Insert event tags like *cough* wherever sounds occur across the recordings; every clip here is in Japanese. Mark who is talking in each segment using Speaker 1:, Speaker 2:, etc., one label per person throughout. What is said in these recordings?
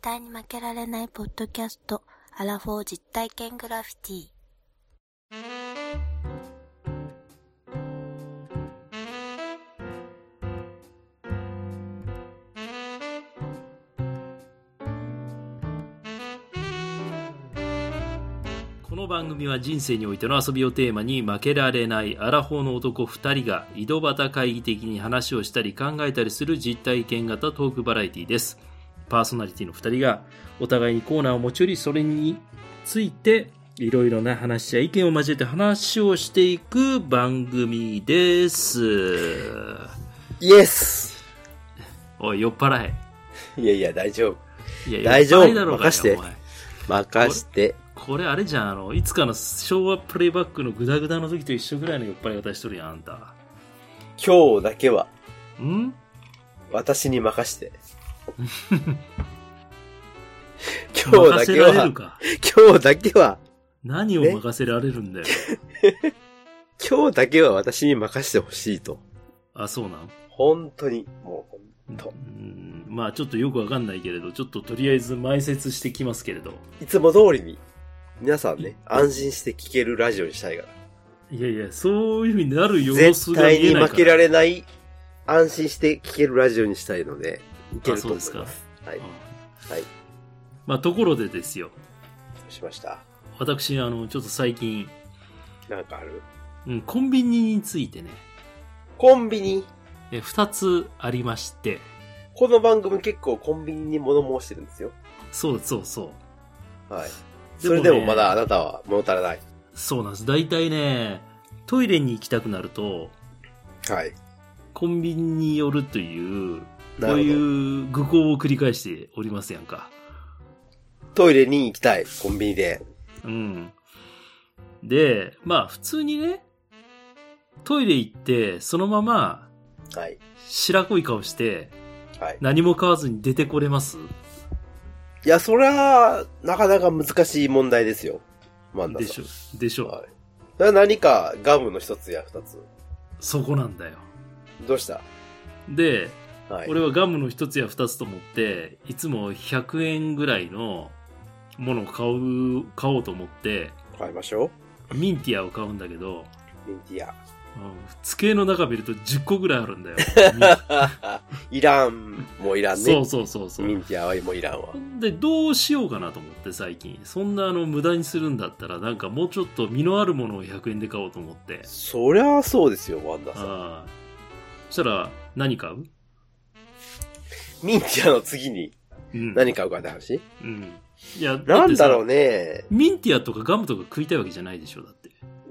Speaker 1: 対に負けられないポッドキャスト、アラフォー実体験グラフィティ。
Speaker 2: この番組は人生においての遊びをテーマに負けられないアラフォーの男2人が井戸端会議的に話をしたり考えたりする実体験型トークバラエティですパーソナリティの2人がお互いにコーナーを持ち寄りそれについていろいろな話や意見を交えて話をしていく番組です
Speaker 3: イエス
Speaker 2: おい酔っ払え
Speaker 3: いやいや、大丈夫。
Speaker 2: いや
Speaker 3: 大丈夫
Speaker 2: 酔っ払いだろうがよ
Speaker 3: 任して
Speaker 2: お前
Speaker 3: 任して。
Speaker 2: これあれじゃんあのいつかの昭和プレイバックのグダグダの時と一緒ぐらいの酔っ払い方しとるやんあんた
Speaker 3: 今日だけは、
Speaker 2: ん
Speaker 3: 私に任
Speaker 2: *laughs*
Speaker 3: して。今日
Speaker 2: 任
Speaker 3: だ
Speaker 2: せ
Speaker 3: け
Speaker 2: られ
Speaker 3: は
Speaker 2: る、か
Speaker 3: 今日だけは、
Speaker 2: 何を
Speaker 3: え
Speaker 2: 任せられるんだよ
Speaker 3: 今日だけは私に任してほしいと。
Speaker 2: あそうなん
Speaker 3: 本当に、もう、
Speaker 2: う
Speaker 3: と
Speaker 2: んまあちょっとよくわかんないけれどちょっととりあえず前説してきますけれど
Speaker 3: いつも通りに、皆さんね、安心して聞けるラジオにしたいから。
Speaker 2: いやいやそういうふうになる様子
Speaker 3: 絶
Speaker 2: が見
Speaker 3: 対
Speaker 2: え
Speaker 3: に
Speaker 2: ないから
Speaker 3: 負けられない、安心して聞けるラジオにしたいので、いけると思います。
Speaker 2: あそうで
Speaker 3: はい。ど
Speaker 2: うん
Speaker 3: はい
Speaker 2: まあところでですよ
Speaker 3: うしました
Speaker 2: 私あのちょっと最近、
Speaker 3: なんかある
Speaker 2: うん、コンビニについてね
Speaker 3: コンビニ
Speaker 2: え2つありまして
Speaker 3: この番組結構コンビニに物申してるんですよ。
Speaker 2: そうそうそう
Speaker 3: は
Speaker 2: で
Speaker 3: い。そ
Speaker 2: もね
Speaker 3: れでもまだあなたは物足らない。
Speaker 2: そうなんです大体ねトイレに行きたくなると
Speaker 3: はい。
Speaker 2: コンビニに寄るというこ
Speaker 3: なるほ
Speaker 2: う
Speaker 3: ど
Speaker 2: いう愚行を繰り返しておりますやんか
Speaker 3: トイレに行きたい、コンビニで。
Speaker 2: うんでまあ普通にねトイレ行ってそのまま
Speaker 3: はい。
Speaker 2: 白濃い顔して
Speaker 3: はい。
Speaker 2: 何も買わずに出てこれます
Speaker 3: いや、そりゃ、なかなか難しい問題ですよ。マンダ
Speaker 2: で
Speaker 3: さん。
Speaker 2: しょでしょ、
Speaker 3: はい。それは何かガムの一つや二つ。
Speaker 2: そこなんだよ
Speaker 3: どうした
Speaker 2: で、
Speaker 3: はい。
Speaker 2: 俺はガムの一つや二つと思っていつも100円ぐらいのものを買う買おうと思って
Speaker 3: 買いましょ
Speaker 2: ミンティアを買うんだけど、
Speaker 3: う。ミンティア。
Speaker 2: うん机の中見ると10個ぐらいあるんだ
Speaker 3: *laughs*
Speaker 2: よ。
Speaker 3: いらん。もういらんね。
Speaker 2: そうそうそうそ
Speaker 3: ミ
Speaker 2: う。
Speaker 3: ンティアはもういらんわ。
Speaker 2: で、どうしようかなと思って最近。そんなあの無駄にするんだったら、なんかもうちょっと身のあるものを100円で買おうと思って。
Speaker 3: そりゃそうですよ、ワンダさん。
Speaker 2: ああ。そしたら、何買う
Speaker 3: ミンティアの次に
Speaker 2: うん。
Speaker 3: 何買うかって話
Speaker 2: うん。いや、
Speaker 3: な
Speaker 2: っ
Speaker 3: ん
Speaker 2: て
Speaker 3: だ
Speaker 2: さ
Speaker 3: ろうね。
Speaker 2: ミンティアとかガムとか食いたいわけじゃないでしょ、だって。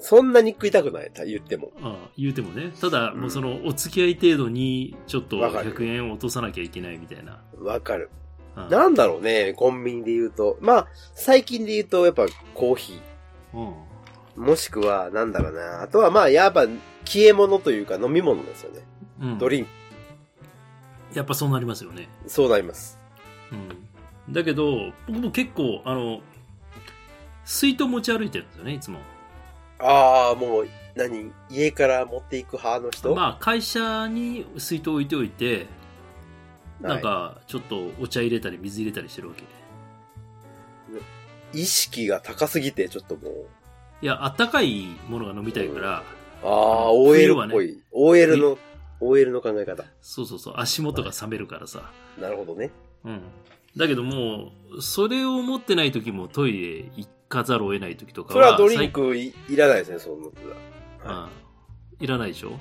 Speaker 3: そんなに食いたくない、言っても。
Speaker 2: ああ言うてもね。ただ、
Speaker 3: うん
Speaker 2: もうその、お付き合い程度に、ちょっと
Speaker 3: わかる
Speaker 2: 100円落とさなきゃいけないみたいな。
Speaker 3: わかる。
Speaker 2: ああ
Speaker 3: なんだろうね、コンビニで言うと。まあ、最近で言うと、やっぱコーヒ
Speaker 2: うん。
Speaker 3: ー。もしくは、なんだろうな。あとは、まあ、やっぱ、消え物というか飲み物ですよね。
Speaker 2: うん。
Speaker 3: ドリンク。
Speaker 2: やっぱそうなりますよね。
Speaker 3: そうなります。
Speaker 2: うん、だけど僕も結構あの水筒持ち歩いてるんですよねいつも
Speaker 3: ああ、もう、何家から持っていく派の人、
Speaker 2: まあ会社に水筒置いておいて
Speaker 3: はい
Speaker 2: なんかちょっとお茶入れたり水入れたりしてるわけ
Speaker 3: 意識が高すぎて、ちょっともう。
Speaker 2: いやあったかいものが飲みたいから
Speaker 3: ああ、
Speaker 2: 冬
Speaker 3: OL
Speaker 2: は
Speaker 3: っ
Speaker 2: ね
Speaker 3: ぽい。OL の、OL の考え方。
Speaker 2: そうそうそう足元が冷めるからさ、
Speaker 3: なるほどね。
Speaker 2: うんだけどもうそれを持ってない時もトイレ行かざるを得ない時とか
Speaker 3: それは
Speaker 2: は
Speaker 3: ドリン
Speaker 2: 最
Speaker 3: クいいらないですね、そのは
Speaker 2: うんいらないでしょ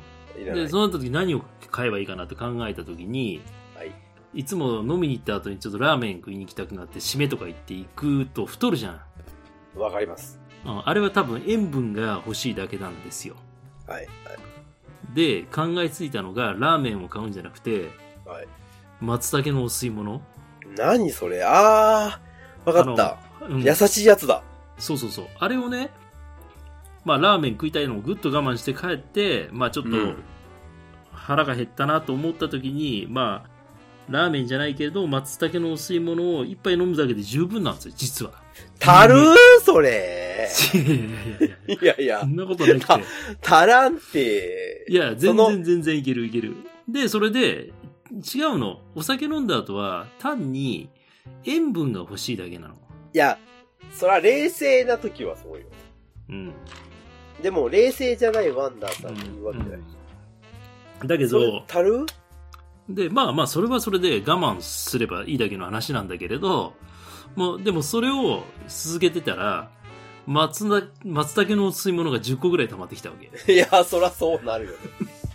Speaker 3: いらない
Speaker 2: で。その時何を買えばいいかなって考えた時に
Speaker 3: はい。
Speaker 2: いつも飲みに行った後にちょっとラーメン食いに行きたくなって締めとか行って行くと太るじゃん。
Speaker 3: わかります。
Speaker 2: うんあれは多分塩分が欲しいだけなんですよ。
Speaker 3: はい。
Speaker 2: で、考えついたのがラーメンを買うんじゃなくて、
Speaker 3: はい。
Speaker 2: 松茸のお吸い物。
Speaker 3: 何それあー、わかった。
Speaker 2: あの。うん
Speaker 3: 優しいやつだ。
Speaker 2: そうそうそう。あれをね、まあラーメン食いたいのをぐっと我慢して帰って、まあちょっと
Speaker 3: うん
Speaker 2: 腹が減ったなと思った時に、まあ、ラーメンじゃないけれど、松茸のお吸い物を一杯飲むだけで十分なんですよ、実
Speaker 3: *laughs*
Speaker 2: は。
Speaker 3: たるー、それ
Speaker 2: いやいやいやいや。
Speaker 3: *laughs* いやいや
Speaker 2: そ、んなことなくて。
Speaker 3: たらんて。
Speaker 2: いや、
Speaker 3: そ
Speaker 2: 全
Speaker 3: の
Speaker 2: 然全然いけるいける。で、それで、違うの。お酒飲んだ後は、単に、塩分が欲しいだけなの。
Speaker 3: いや、そら冷静な時はそうよ。
Speaker 2: うん。
Speaker 3: でも冷静じゃないワンダーさんって言うわけじゃない。
Speaker 2: うんだけ
Speaker 3: それ
Speaker 2: ど、
Speaker 3: 足る
Speaker 2: で、まあまあ、それはそれで我慢すればいいだけの話なんだけれど、もう、でもそれを続けてたら、松な松茸のお吸い物が10個ぐらい溜まってきたわけ。
Speaker 3: いや、そらそうなるよ
Speaker 2: *laughs*
Speaker 3: ね。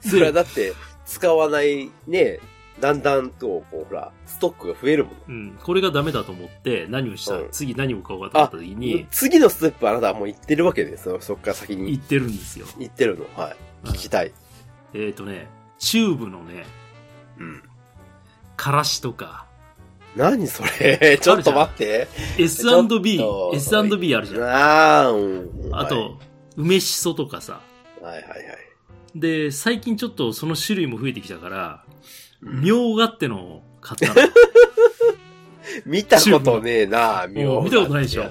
Speaker 3: そらだって、使わないね、だんだんと、こう、ほら、ストックが増えるもん。
Speaker 2: うん。これがダメだと思って、何をした、
Speaker 3: うん
Speaker 2: 次何を買おうかと思った時に、
Speaker 3: 次のステップあなたはもう行ってるわけですよ。そっから先
Speaker 2: 言
Speaker 3: に
Speaker 2: ってるんですよ。
Speaker 3: 行ってるの。は
Speaker 2: う
Speaker 3: い。
Speaker 2: ん
Speaker 3: 聞きたい。
Speaker 2: えっ、とね、チューブのね、
Speaker 3: うん。
Speaker 2: からしとか、
Speaker 3: 何それちょっと待って。
Speaker 2: S&B
Speaker 3: ちょっ、と
Speaker 2: S&B あるじゃん。
Speaker 3: あー、うん。
Speaker 2: あと、梅しそとかさ。
Speaker 3: はい、はいはいはい。
Speaker 2: で、最近ちょっとその種類も増えてきたから、
Speaker 3: うん
Speaker 2: みょうがってのを買ったの。
Speaker 3: 見たことねえな、みょう
Speaker 2: も
Speaker 3: *laughs*
Speaker 2: う見
Speaker 3: が。
Speaker 2: たことないでしょ。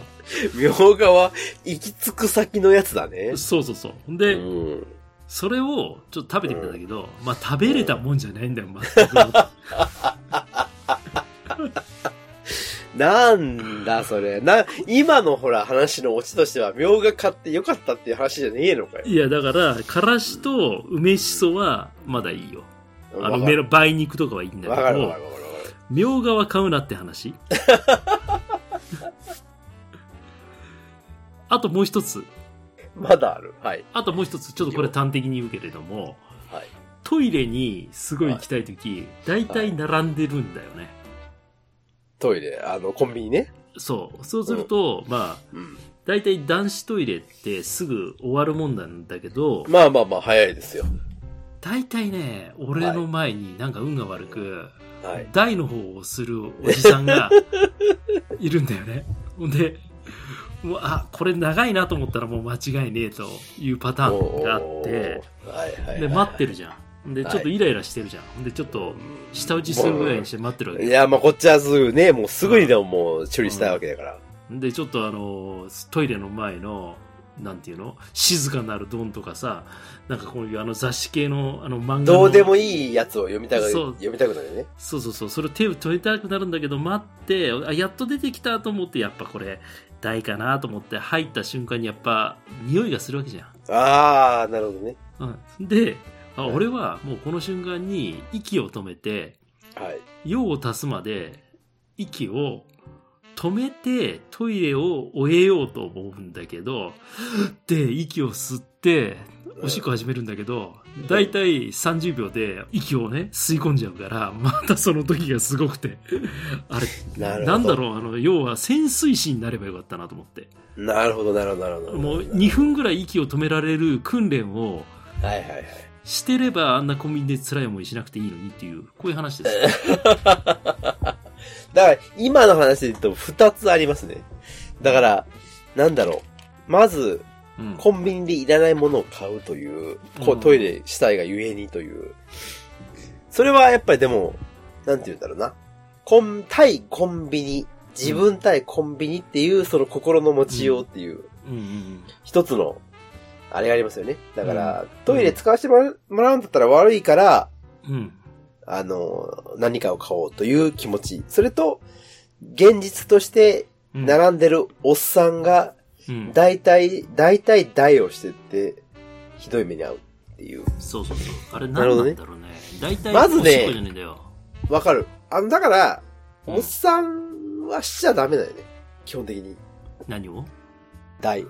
Speaker 3: みょうがは、行き着く先のやつだね。
Speaker 2: そうそうそう。
Speaker 3: う
Speaker 2: で、
Speaker 3: ん。
Speaker 2: それをちょっと食べてみたんだけど、まあ食べれたもんじゃないんだよ、全く。
Speaker 3: *laughs* なんだそれ。な、今のほら話のオチとしては、みょうが買ってよかったっていう話じゃねえのかよ。
Speaker 2: いや、だから、からしと梅しそはまだいいよ。あの、
Speaker 3: わか
Speaker 2: メ
Speaker 3: る
Speaker 2: ロ、梅肉とかはいいんだ
Speaker 3: わ
Speaker 2: け
Speaker 3: かるわ
Speaker 2: ど
Speaker 3: か、るわかるわかる。
Speaker 2: みょうがは買うなって
Speaker 3: *laughs*
Speaker 2: 話。あともう一つ。
Speaker 3: まだある。はい。
Speaker 2: あともう一つ、ちょっとこれ端的に言うけれども、
Speaker 3: はい。
Speaker 2: トイレにすごい行きたいとき、大体並んでるんだよね。
Speaker 3: トイレ、あの、コンビニね。
Speaker 2: そう。そうすると、まあ、
Speaker 3: うん。
Speaker 2: 大体男子トイレってすぐ終わるもんなんだけど、
Speaker 3: まあまあまあ、早いですよ。
Speaker 2: 大体ね、俺の前になんか運が悪く、
Speaker 3: はい。
Speaker 2: 台の方をするおじさん
Speaker 3: *laughs*
Speaker 2: がいるんだよね。ほんで、もう、あ、これ長いなと思ったらもう間違いねえというパターンがあって、
Speaker 3: おー、はいはいはい、
Speaker 2: で、待ってるじゃん。で、
Speaker 3: はい
Speaker 2: ちょっとイライラしてるじゃん。ほんで、ちょっと、舌打ちするぐらいにして待ってるわ
Speaker 3: い
Speaker 2: け。
Speaker 3: や、まあこっちはすぐね、もうすぐにでももう処理したいわけだから。
Speaker 2: で、ちょっとあの、トイレの前の、なんていうの静かなるドンとかさ、なんかこういうあの雑誌系のあの漫画の。
Speaker 3: どうでもいいやつを読みたく、
Speaker 2: そう
Speaker 3: 読みたくなるよね。
Speaker 2: そうそうそう、それ手を取りたくなるんだけど、待って、あ、やっと出てきたと思って、やっぱこれ、台かなと思って、入った瞬間にやっぱ、匂いがするわけじゃ
Speaker 3: あー、なるほどね。
Speaker 2: ん。うん、で、あ、
Speaker 3: はい
Speaker 2: 俺はもうこの瞬間に息を止めて、
Speaker 3: はい。
Speaker 2: 用を足すまで、息を止めて、トイレを終えようと思うんだけど、で、息を吸って、おしっこ始めるんだけど、だいたい30秒で息をね、吸い込んじゃうから、またその時がすごくて、あれ、
Speaker 3: なるほど。
Speaker 2: なんだろう、あの、要は潜水士になればよかったなと思って。
Speaker 3: なるほど、なるほど、なるほど。
Speaker 2: もう2分ぐらい息を止められる訓練を
Speaker 3: はいはいはい。
Speaker 2: してれば、あんなコンビニで辛い思いしなくていいのにっていう、こういう話です。
Speaker 3: だから、今の話で言うと二つありますね。だから、なんだろう。まず、
Speaker 2: うん。
Speaker 3: コンビニでいらないものを買うという、こ
Speaker 2: う
Speaker 3: うんトイレしたいがゆえにという。それはやっぱりでも、なんて言うんだろうな。コン、対コンビニ、自分対コンビニっていう、その心の持ちようっていう、
Speaker 2: うんうん
Speaker 3: 一つの、あれがありますよね。だから、トイレ使わせてもらうもらうんだったら悪いから、
Speaker 2: うん。うん。
Speaker 3: あの、何かを買おうという気持ち。それと、現実として、
Speaker 2: うん
Speaker 3: 並んでるおっさんが、
Speaker 2: うん
Speaker 3: 大体、大体台をしてって、ひどい目に遭うっていう。
Speaker 2: そうそうそう。あれ
Speaker 3: な
Speaker 2: 何
Speaker 3: るほ
Speaker 2: な
Speaker 3: どね
Speaker 2: んだろうね。大体、
Speaker 3: まずね
Speaker 2: おしっこじゃねえんだよ。
Speaker 3: わかる。あの、だから、
Speaker 2: うん
Speaker 3: おっさんはしちゃダメだよね。基本的に。
Speaker 2: 何を
Speaker 3: 台。い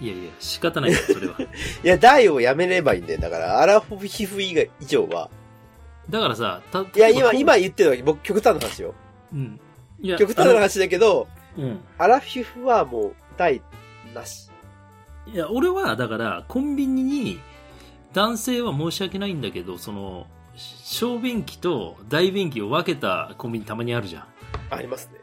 Speaker 2: いやいや、仕方
Speaker 3: *laughs*
Speaker 2: ないよ、それは。
Speaker 3: や、台をやめればいいんだよ。だから、アラフィフ以外、以上は。
Speaker 2: だからさ、た、
Speaker 3: いや、今、今言ってるわけ、僕、極端な話よ。
Speaker 2: うん。いや、
Speaker 3: 極端な話だけど、
Speaker 2: あのうん。
Speaker 3: アラフィフはもう、台、なし。
Speaker 2: いや、俺は、だから、コンビニに、男性は申し訳ないんだけど、その、小便器と大便器を分けたコンビニたまにあるじゃん。
Speaker 3: ありますね。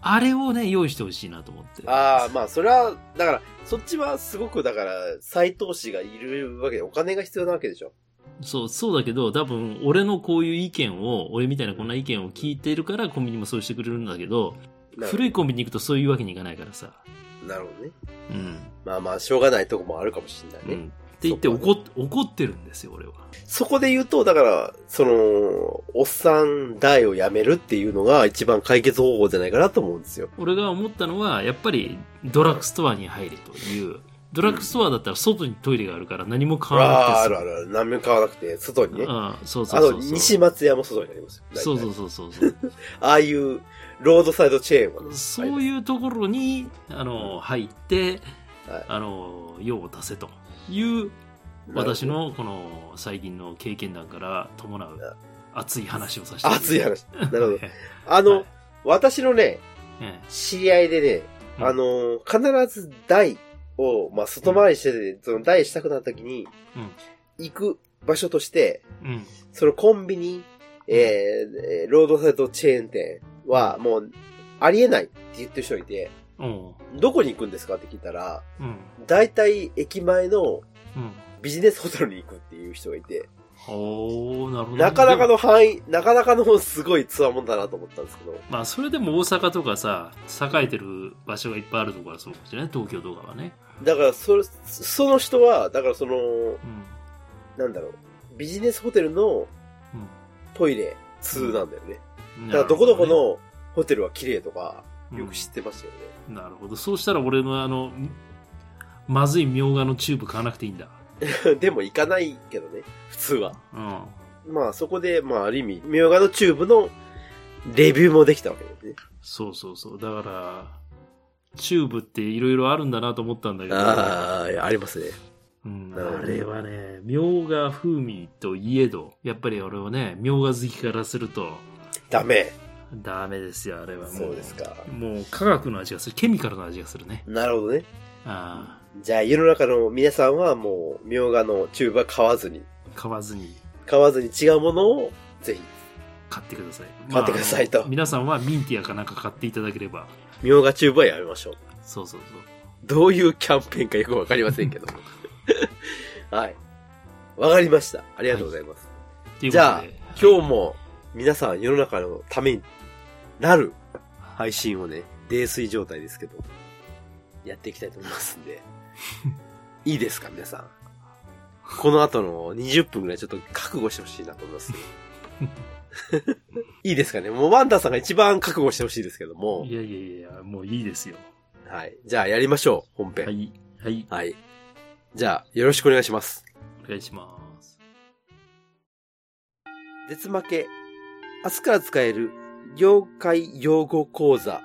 Speaker 2: あれをね、用意してほしいなと思って。
Speaker 3: ああ、まあ、それは、だから、そっちはすごく、だから、再投資がいるわけで、お金が必要なわけでしょ。
Speaker 2: そう、そうだけど、多分、俺のこういう意見を、俺みたいなこんな意見を聞いてるから、コンビニもそうしてくれるんだけど、古いコンビニ行くとそういうわけにいかないからさ。
Speaker 3: なるほどね。
Speaker 2: うん。
Speaker 3: まあまあ、しょうがないとこもあるかもしれな
Speaker 2: う
Speaker 3: いね。
Speaker 2: ん言って
Speaker 3: そっか
Speaker 2: 怒っ怒ってるんですよ、俺は。
Speaker 3: そこで言うと、だから、その、おっさん代をやめるっていうのが一番解決方法じゃないかなと思うんですよ。
Speaker 2: 俺が思ったのは、やっぱりドラッグストアに入れという。ドラッグストアだったら外にトイレがあるから何も買わなく
Speaker 3: あ
Speaker 2: て
Speaker 3: あ、
Speaker 2: 済
Speaker 3: あ
Speaker 2: む
Speaker 3: るある。何も買わなくて、外にね。あ
Speaker 2: うん、そうそうそう
Speaker 3: と、
Speaker 2: そう。
Speaker 3: 西松屋も外になりますよ。大体
Speaker 2: そうそうそうそうそう。
Speaker 3: ああいう、ロードサイドチェーンはね、
Speaker 2: そういうところに、あの、入って、
Speaker 3: はい
Speaker 2: あの、用を足せという、
Speaker 3: なるほど
Speaker 2: 私のこの最近の経験談から伴う熱い話をさせて。
Speaker 3: 熱い話。なるほど
Speaker 2: え
Speaker 3: あの、
Speaker 2: はい
Speaker 3: 私のね、
Speaker 2: え
Speaker 3: 知り合いでね、
Speaker 2: うん
Speaker 3: あの、必ず台を、まあ、外回りしてて、その台したくなった時に、
Speaker 2: うん
Speaker 3: 行く場所として、
Speaker 2: うん。
Speaker 3: そのコンビニ、えーえーロードサイドチェーン店は、もう、ありえないって言ってる人がいて、
Speaker 2: おう
Speaker 3: どこに行くんですかって聞いたら、
Speaker 2: うん。
Speaker 3: 大体駅前の
Speaker 2: うん。
Speaker 3: ビジネスホテルに行くっていう人がいて、
Speaker 2: おーなるほど。
Speaker 3: なかなか。の範囲、なかなかのすごいつわもんだなと思ったんですけど、
Speaker 2: まあ、それでも大阪とかさ、栄えてる場所がいっぱいあるところはそうかもしれない。東京とかはね。
Speaker 3: だからそ、その人は、だからその、
Speaker 2: うん。
Speaker 3: なんだろう、ビジネスホテルのトイレ通なんだよね。
Speaker 2: うん。
Speaker 3: だからどこどこのホテルは綺麗とか、
Speaker 2: うん
Speaker 3: よく知ってますよね。
Speaker 2: なるほど。そうしたら俺のあの、んまずいみょうがのチューブ買わなくていいんだ。
Speaker 3: *laughs* でも行かないけどね、普通は。
Speaker 2: うん。
Speaker 3: まあそこで、まあある意味、ミョガのチューブのレビューもできたわけだよね。
Speaker 2: そうそうそう。だから、チューブっていろいろあるんだなと思ったんだけど、
Speaker 3: ああ、ありますね。
Speaker 2: うん、
Speaker 3: なるほど
Speaker 2: あれはね、みょうが風味といえど、やっぱり俺はね、みょうが好きからすると、
Speaker 3: ダメ。
Speaker 2: ダメですよ、あれはもう。
Speaker 3: そうですか。
Speaker 2: もう科学の味がする、ケミカルの味がするね。
Speaker 3: なるほどね。
Speaker 2: あ
Speaker 3: じゃあ世の中の皆さんはもう、ミョガのチューブは買わずに、
Speaker 2: あ、買わずに
Speaker 3: 買わずに違うものを、ぜひ、
Speaker 2: 買ってください。
Speaker 3: 買ってくださいと
Speaker 2: あの皆さんはミンティアかなんか買っていただければ。
Speaker 3: ミョガチューブはやめましょう。
Speaker 2: そうそうそう。
Speaker 3: どういうキャンペーンかよくわかりませんけど。 *laughs* はい。わかりました。ありがとうございます。
Speaker 2: ということで
Speaker 3: じゃあ、今日も皆さん世の中のためになる配信をね、泥酔状態ですけど、やっていきたいと思います
Speaker 2: *laughs*
Speaker 3: んで。いいですか、皆さん。この後の20分ぐらいちょっと覚悟してほしいなと思い
Speaker 2: *laughs*
Speaker 3: ます。いいですかね。もうワンダーさんが一番覚悟してほしいですけども
Speaker 2: い。やいやいや、もういいですよ。
Speaker 3: はい。じゃあやりましょう、本編。
Speaker 2: はい。はい。
Speaker 3: はい。じゃあ、よろしくお願いします。
Speaker 2: お願いします。
Speaker 3: 絶負け。明日から使える、業界用語講座。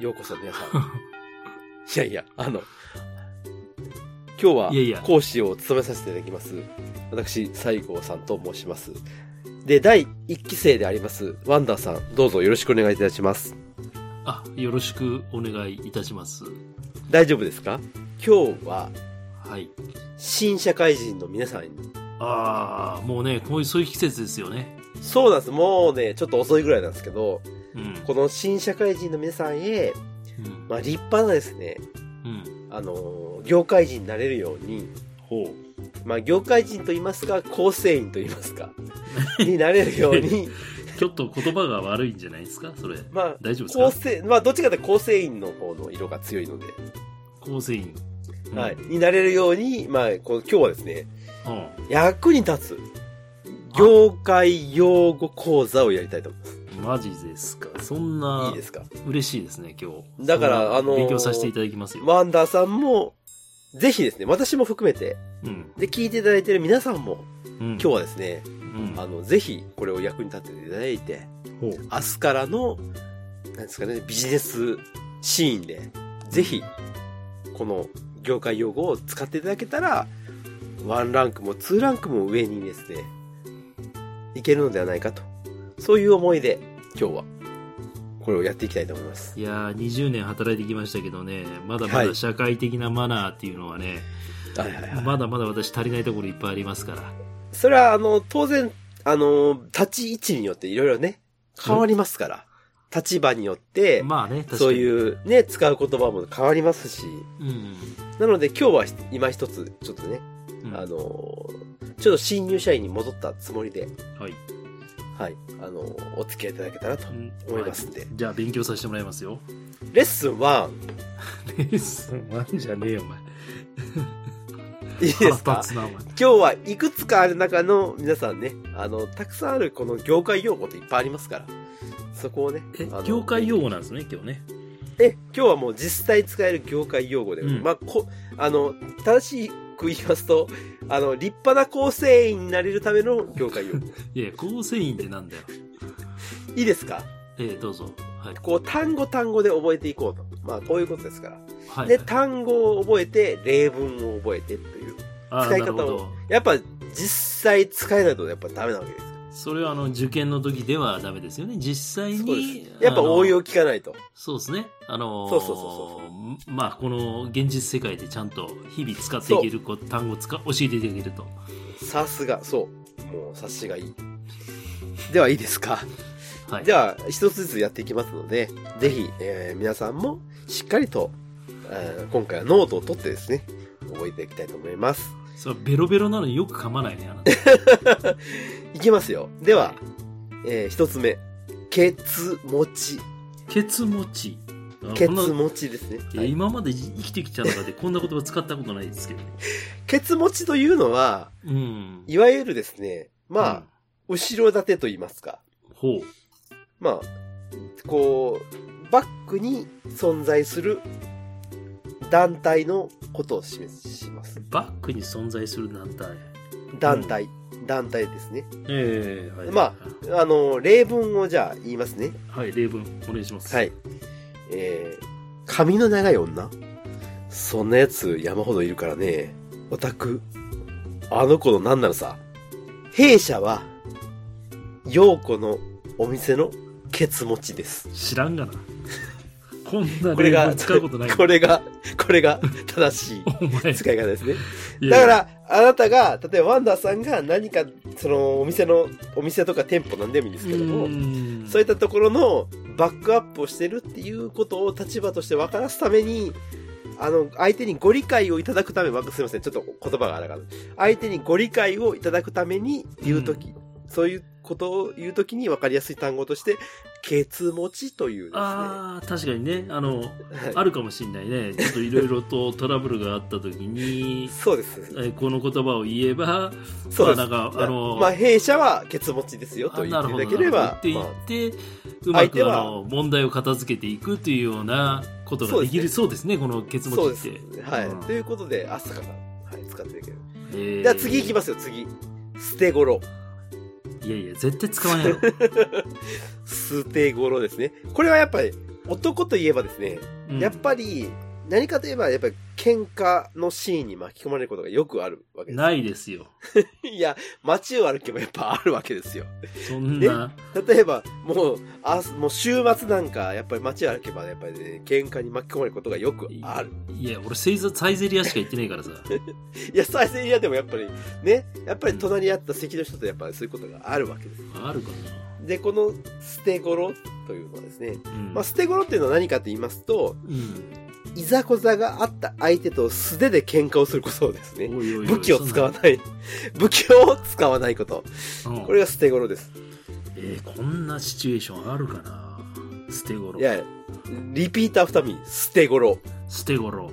Speaker 3: ようこそ、皆さ
Speaker 2: *laughs*
Speaker 3: ん。いやいや、あの、今
Speaker 2: いやい
Speaker 3: 日
Speaker 2: や
Speaker 3: は講師を務めさせていただきます。私、西郷さんと申します。で、第1期生であります、ワンダーさん、どうぞよろしくお願いいたします。
Speaker 2: あ、よろしくお願いいたします。
Speaker 3: 大丈夫ですか今日は、
Speaker 2: はい。
Speaker 3: 新社会人の皆さんに、
Speaker 2: ああ、もうね、こういう、そういう季節ですよね。
Speaker 3: そうなんです。もうね、ちょっと遅いぐらいなんですけど、
Speaker 2: うん。
Speaker 3: この新社会人の皆さんへ、
Speaker 2: うん。
Speaker 3: まあ、立派なですね、
Speaker 2: うん。
Speaker 3: あのー業界人になれるように、
Speaker 2: ほう。
Speaker 3: まあ、業界人と言いますか、構成員と言いま
Speaker 2: *laughs*
Speaker 3: すか、になれるように、
Speaker 2: ちょっと言葉が悪いんじゃないですかそれ。
Speaker 3: まあ、
Speaker 2: 大丈夫です
Speaker 3: 構
Speaker 2: か
Speaker 3: 成、まあ、どっちかというと構成員の方の色が強いので、
Speaker 2: 構成員。うん
Speaker 3: はい、。になれるように、まあ、こう今日はですね、
Speaker 2: う
Speaker 3: 役に立つ、業界用語講座をやりたいと思います。
Speaker 2: ん。マジですかそんない
Speaker 3: い、ですか
Speaker 2: 嬉しいですね、今日。
Speaker 3: だから
Speaker 2: そんな
Speaker 3: あのー
Speaker 2: 勉強させていただきますよ。
Speaker 3: ワンダーさんも、ぜひですね、私も含めて、
Speaker 2: うん。
Speaker 3: で、聞いていただいている皆さんも、
Speaker 2: 今
Speaker 3: 今日はですね、
Speaker 2: うん。
Speaker 3: あの、ぜひ、これを役に立てていただいて、
Speaker 2: ほう
Speaker 3: 明日からの、なんですかね、ビジネスシーンで、ぜひ、この業界用語を使っていただけたら、ワンランクもツーランクも上にですね、いけるのではないかと。そういう思いで、今日は、これをやっていきたいと思います。
Speaker 2: いやー20年働いてきましたけどねまだま
Speaker 3: は
Speaker 2: だ
Speaker 3: い
Speaker 2: 社会的なマナーっていうのはね、
Speaker 3: はいはいはい。
Speaker 2: まだまだ私足りないところいっぱいありますから
Speaker 3: それは、あの、当然、あの、立ち位置によっていろいろね、変わりますから。立場によって、
Speaker 2: まあね確かに
Speaker 3: そ
Speaker 2: う、
Speaker 3: ういうね、使う言葉も変わりますし、
Speaker 2: うん
Speaker 3: なので今日は今一つ、ちょっとね、
Speaker 2: うん、
Speaker 3: あのー、ちょっと新入社員に戻ったつもりで、
Speaker 2: はい、
Speaker 3: はい、あのー、お付き合いいただけたらと
Speaker 2: うん
Speaker 3: 思いますんで。
Speaker 2: じゃあ勉強させてもらいますよ
Speaker 3: レッスン1、
Speaker 2: レッスン1じゃねえよお前
Speaker 3: いいです
Speaker 2: 腹
Speaker 3: か
Speaker 2: 立つな、お前
Speaker 3: 今日はいくつかある中の皆さんね、あの、たくさんあるこの業界用語っていっぱいありますから、そこをね。あの
Speaker 2: え、業界用語なんですね、今日ね。
Speaker 3: え、今日はもう実際使える業界用語で、
Speaker 2: うん
Speaker 3: まあ、こ、あの、正しく言いますと、あの、立派な構成員になれるための業界用語。
Speaker 2: いや、構成員ってなんだよ。
Speaker 3: いいですか
Speaker 2: えーどうぞ。はい。
Speaker 3: こう、単語単語で覚えていこうと。まあ、こういうことですから。
Speaker 2: はい、
Speaker 3: で、単語を覚えて、例文を覚えてという。
Speaker 2: あー
Speaker 3: 使い方を
Speaker 2: なるほど
Speaker 3: やっぱ、実際使えないとやっぱダメなわけです。
Speaker 2: それはあの受験の時ではダメですよね。実際
Speaker 3: そう
Speaker 2: に
Speaker 3: です。。やっぱ
Speaker 2: あの
Speaker 3: 応用聞かないと。
Speaker 2: そうですね。あのー
Speaker 3: そうそうそう
Speaker 2: まあ、この現実世界でちゃんと日々使っていけるこう単語を使、教えていけると。
Speaker 3: さすが、そう。もう、察しがいい。ではいいですか。
Speaker 2: はい。
Speaker 3: じゃあ、一つずつやっていきますので、ぜひ、えー皆さんもしっかりと、えー今回はノートを取ってですね、覚えていきたいと思います。
Speaker 2: それはベロベロなのによく噛まないね、あなた。
Speaker 3: いきますよ。では、えー一つ目。ケツ持ち。
Speaker 2: ケツ持ち。あの
Speaker 3: ケツ
Speaker 2: こんな
Speaker 3: 持ちですね。
Speaker 2: いや
Speaker 3: はい
Speaker 2: 今まで生きてきた中でこんな言葉使ったことないですけどね。
Speaker 3: ケツ持ちというのは、
Speaker 2: うん。
Speaker 3: いわゆるですね、まあ、後ろ盾と言いますか。
Speaker 2: うん、ほう。
Speaker 3: まあ、こう、バックに存在する団体のことを示します。
Speaker 2: バックに存在する団体。
Speaker 3: 団体、団体ですね。
Speaker 2: ええはい。
Speaker 3: まあの、例文をじゃあ言いますね。
Speaker 2: あ。はい、例文、お願いします。
Speaker 3: はい。えー、髪の長い女そんなやつ山ほどいるからね。オタク。あの子のなんならさ、弊社は、陽子のお店のケツ持ちです。
Speaker 2: 知らん
Speaker 3: *laughs*
Speaker 2: がな。こんな
Speaker 3: こ
Speaker 2: 例
Speaker 3: れが、
Speaker 2: 文使うことない。
Speaker 3: これが、これが正しい
Speaker 2: お前。
Speaker 3: 使い方ですね。
Speaker 2: いや
Speaker 3: だから、あなたが、例えばワンダーさんが何か、その、お店の、お店とか店舗なんでもいいんですけども、
Speaker 2: うん
Speaker 3: そういったところのバックアップをしてるっていうことを立場として分からすために、あの、相手にご理解をいただくため、わすみません、ちょっと言葉が荒かった。相手にご理解をいただくために言うとき、そういうことを言うときに分かりやすい単語として、ケツ持ちというですね。は
Speaker 2: ああ確かにねあの、
Speaker 3: い
Speaker 2: あるかもしれないねちょっといろいろとトラブルがあった時に
Speaker 3: そうです。
Speaker 2: えーこの言葉を言えば
Speaker 3: そうです。
Speaker 2: まあなんかあの
Speaker 3: まあ、弊社はケツ持ちですよ
Speaker 2: あ
Speaker 3: と言
Speaker 2: な
Speaker 3: っ
Speaker 2: る
Speaker 3: てい
Speaker 2: ほど
Speaker 3: ただければ
Speaker 2: な、るほ
Speaker 3: まあ
Speaker 2: どって言っ
Speaker 3: 相
Speaker 2: てう
Speaker 3: 手
Speaker 2: まく
Speaker 3: は
Speaker 2: あの問題を片付けていくというようなことができるそうですねこの結
Speaker 3: そう
Speaker 2: 末
Speaker 3: で
Speaker 2: っ
Speaker 3: す
Speaker 2: て。
Speaker 3: はい。
Speaker 2: うん
Speaker 3: ということで、あすかさん、はい、使っていける。
Speaker 2: えー
Speaker 3: では次いきますよ、次。捨て頃。
Speaker 2: いやいや絶対使わんやろ
Speaker 3: *laughs* 捨て頃ですね。これはやっぱり、男といえばですね、
Speaker 2: うん
Speaker 3: やっぱり、何かといえば、やっぱり喧嘩のシーンに巻き込まれることがよくあるわけで
Speaker 2: ないですよ
Speaker 3: す。 *laughs* いや、街を歩けばやっぱあるわけですよ。
Speaker 2: そんな
Speaker 3: 例えば、もう、あもう週末なんか、やっぱり街を歩けば、やっぱりね、喧嘩に巻き込まれることがよくある。
Speaker 2: いや俺サイゼサイゼリアしか行ってないからさ
Speaker 3: いや、サイゼリアでもやっぱり、ね、やっぱり隣り合った席の人とやっぱりそういうことがあるわけです。
Speaker 2: あるか
Speaker 3: で、この捨て頃というのはですね、
Speaker 2: な、うん
Speaker 3: まあ、捨て頃っていうのは何かと言いますと、
Speaker 2: うん
Speaker 3: いざこざがあった相手と素手で喧嘩をすることですね。
Speaker 2: おいおいおい
Speaker 3: 武器を使わない。武器を使わないこと。
Speaker 2: そんなうん
Speaker 3: これが捨て頃です。
Speaker 2: えー、こんなシチュエーションあるかな捨て頃
Speaker 3: いや、リピートアフターミー、捨て頃。
Speaker 2: 捨て頃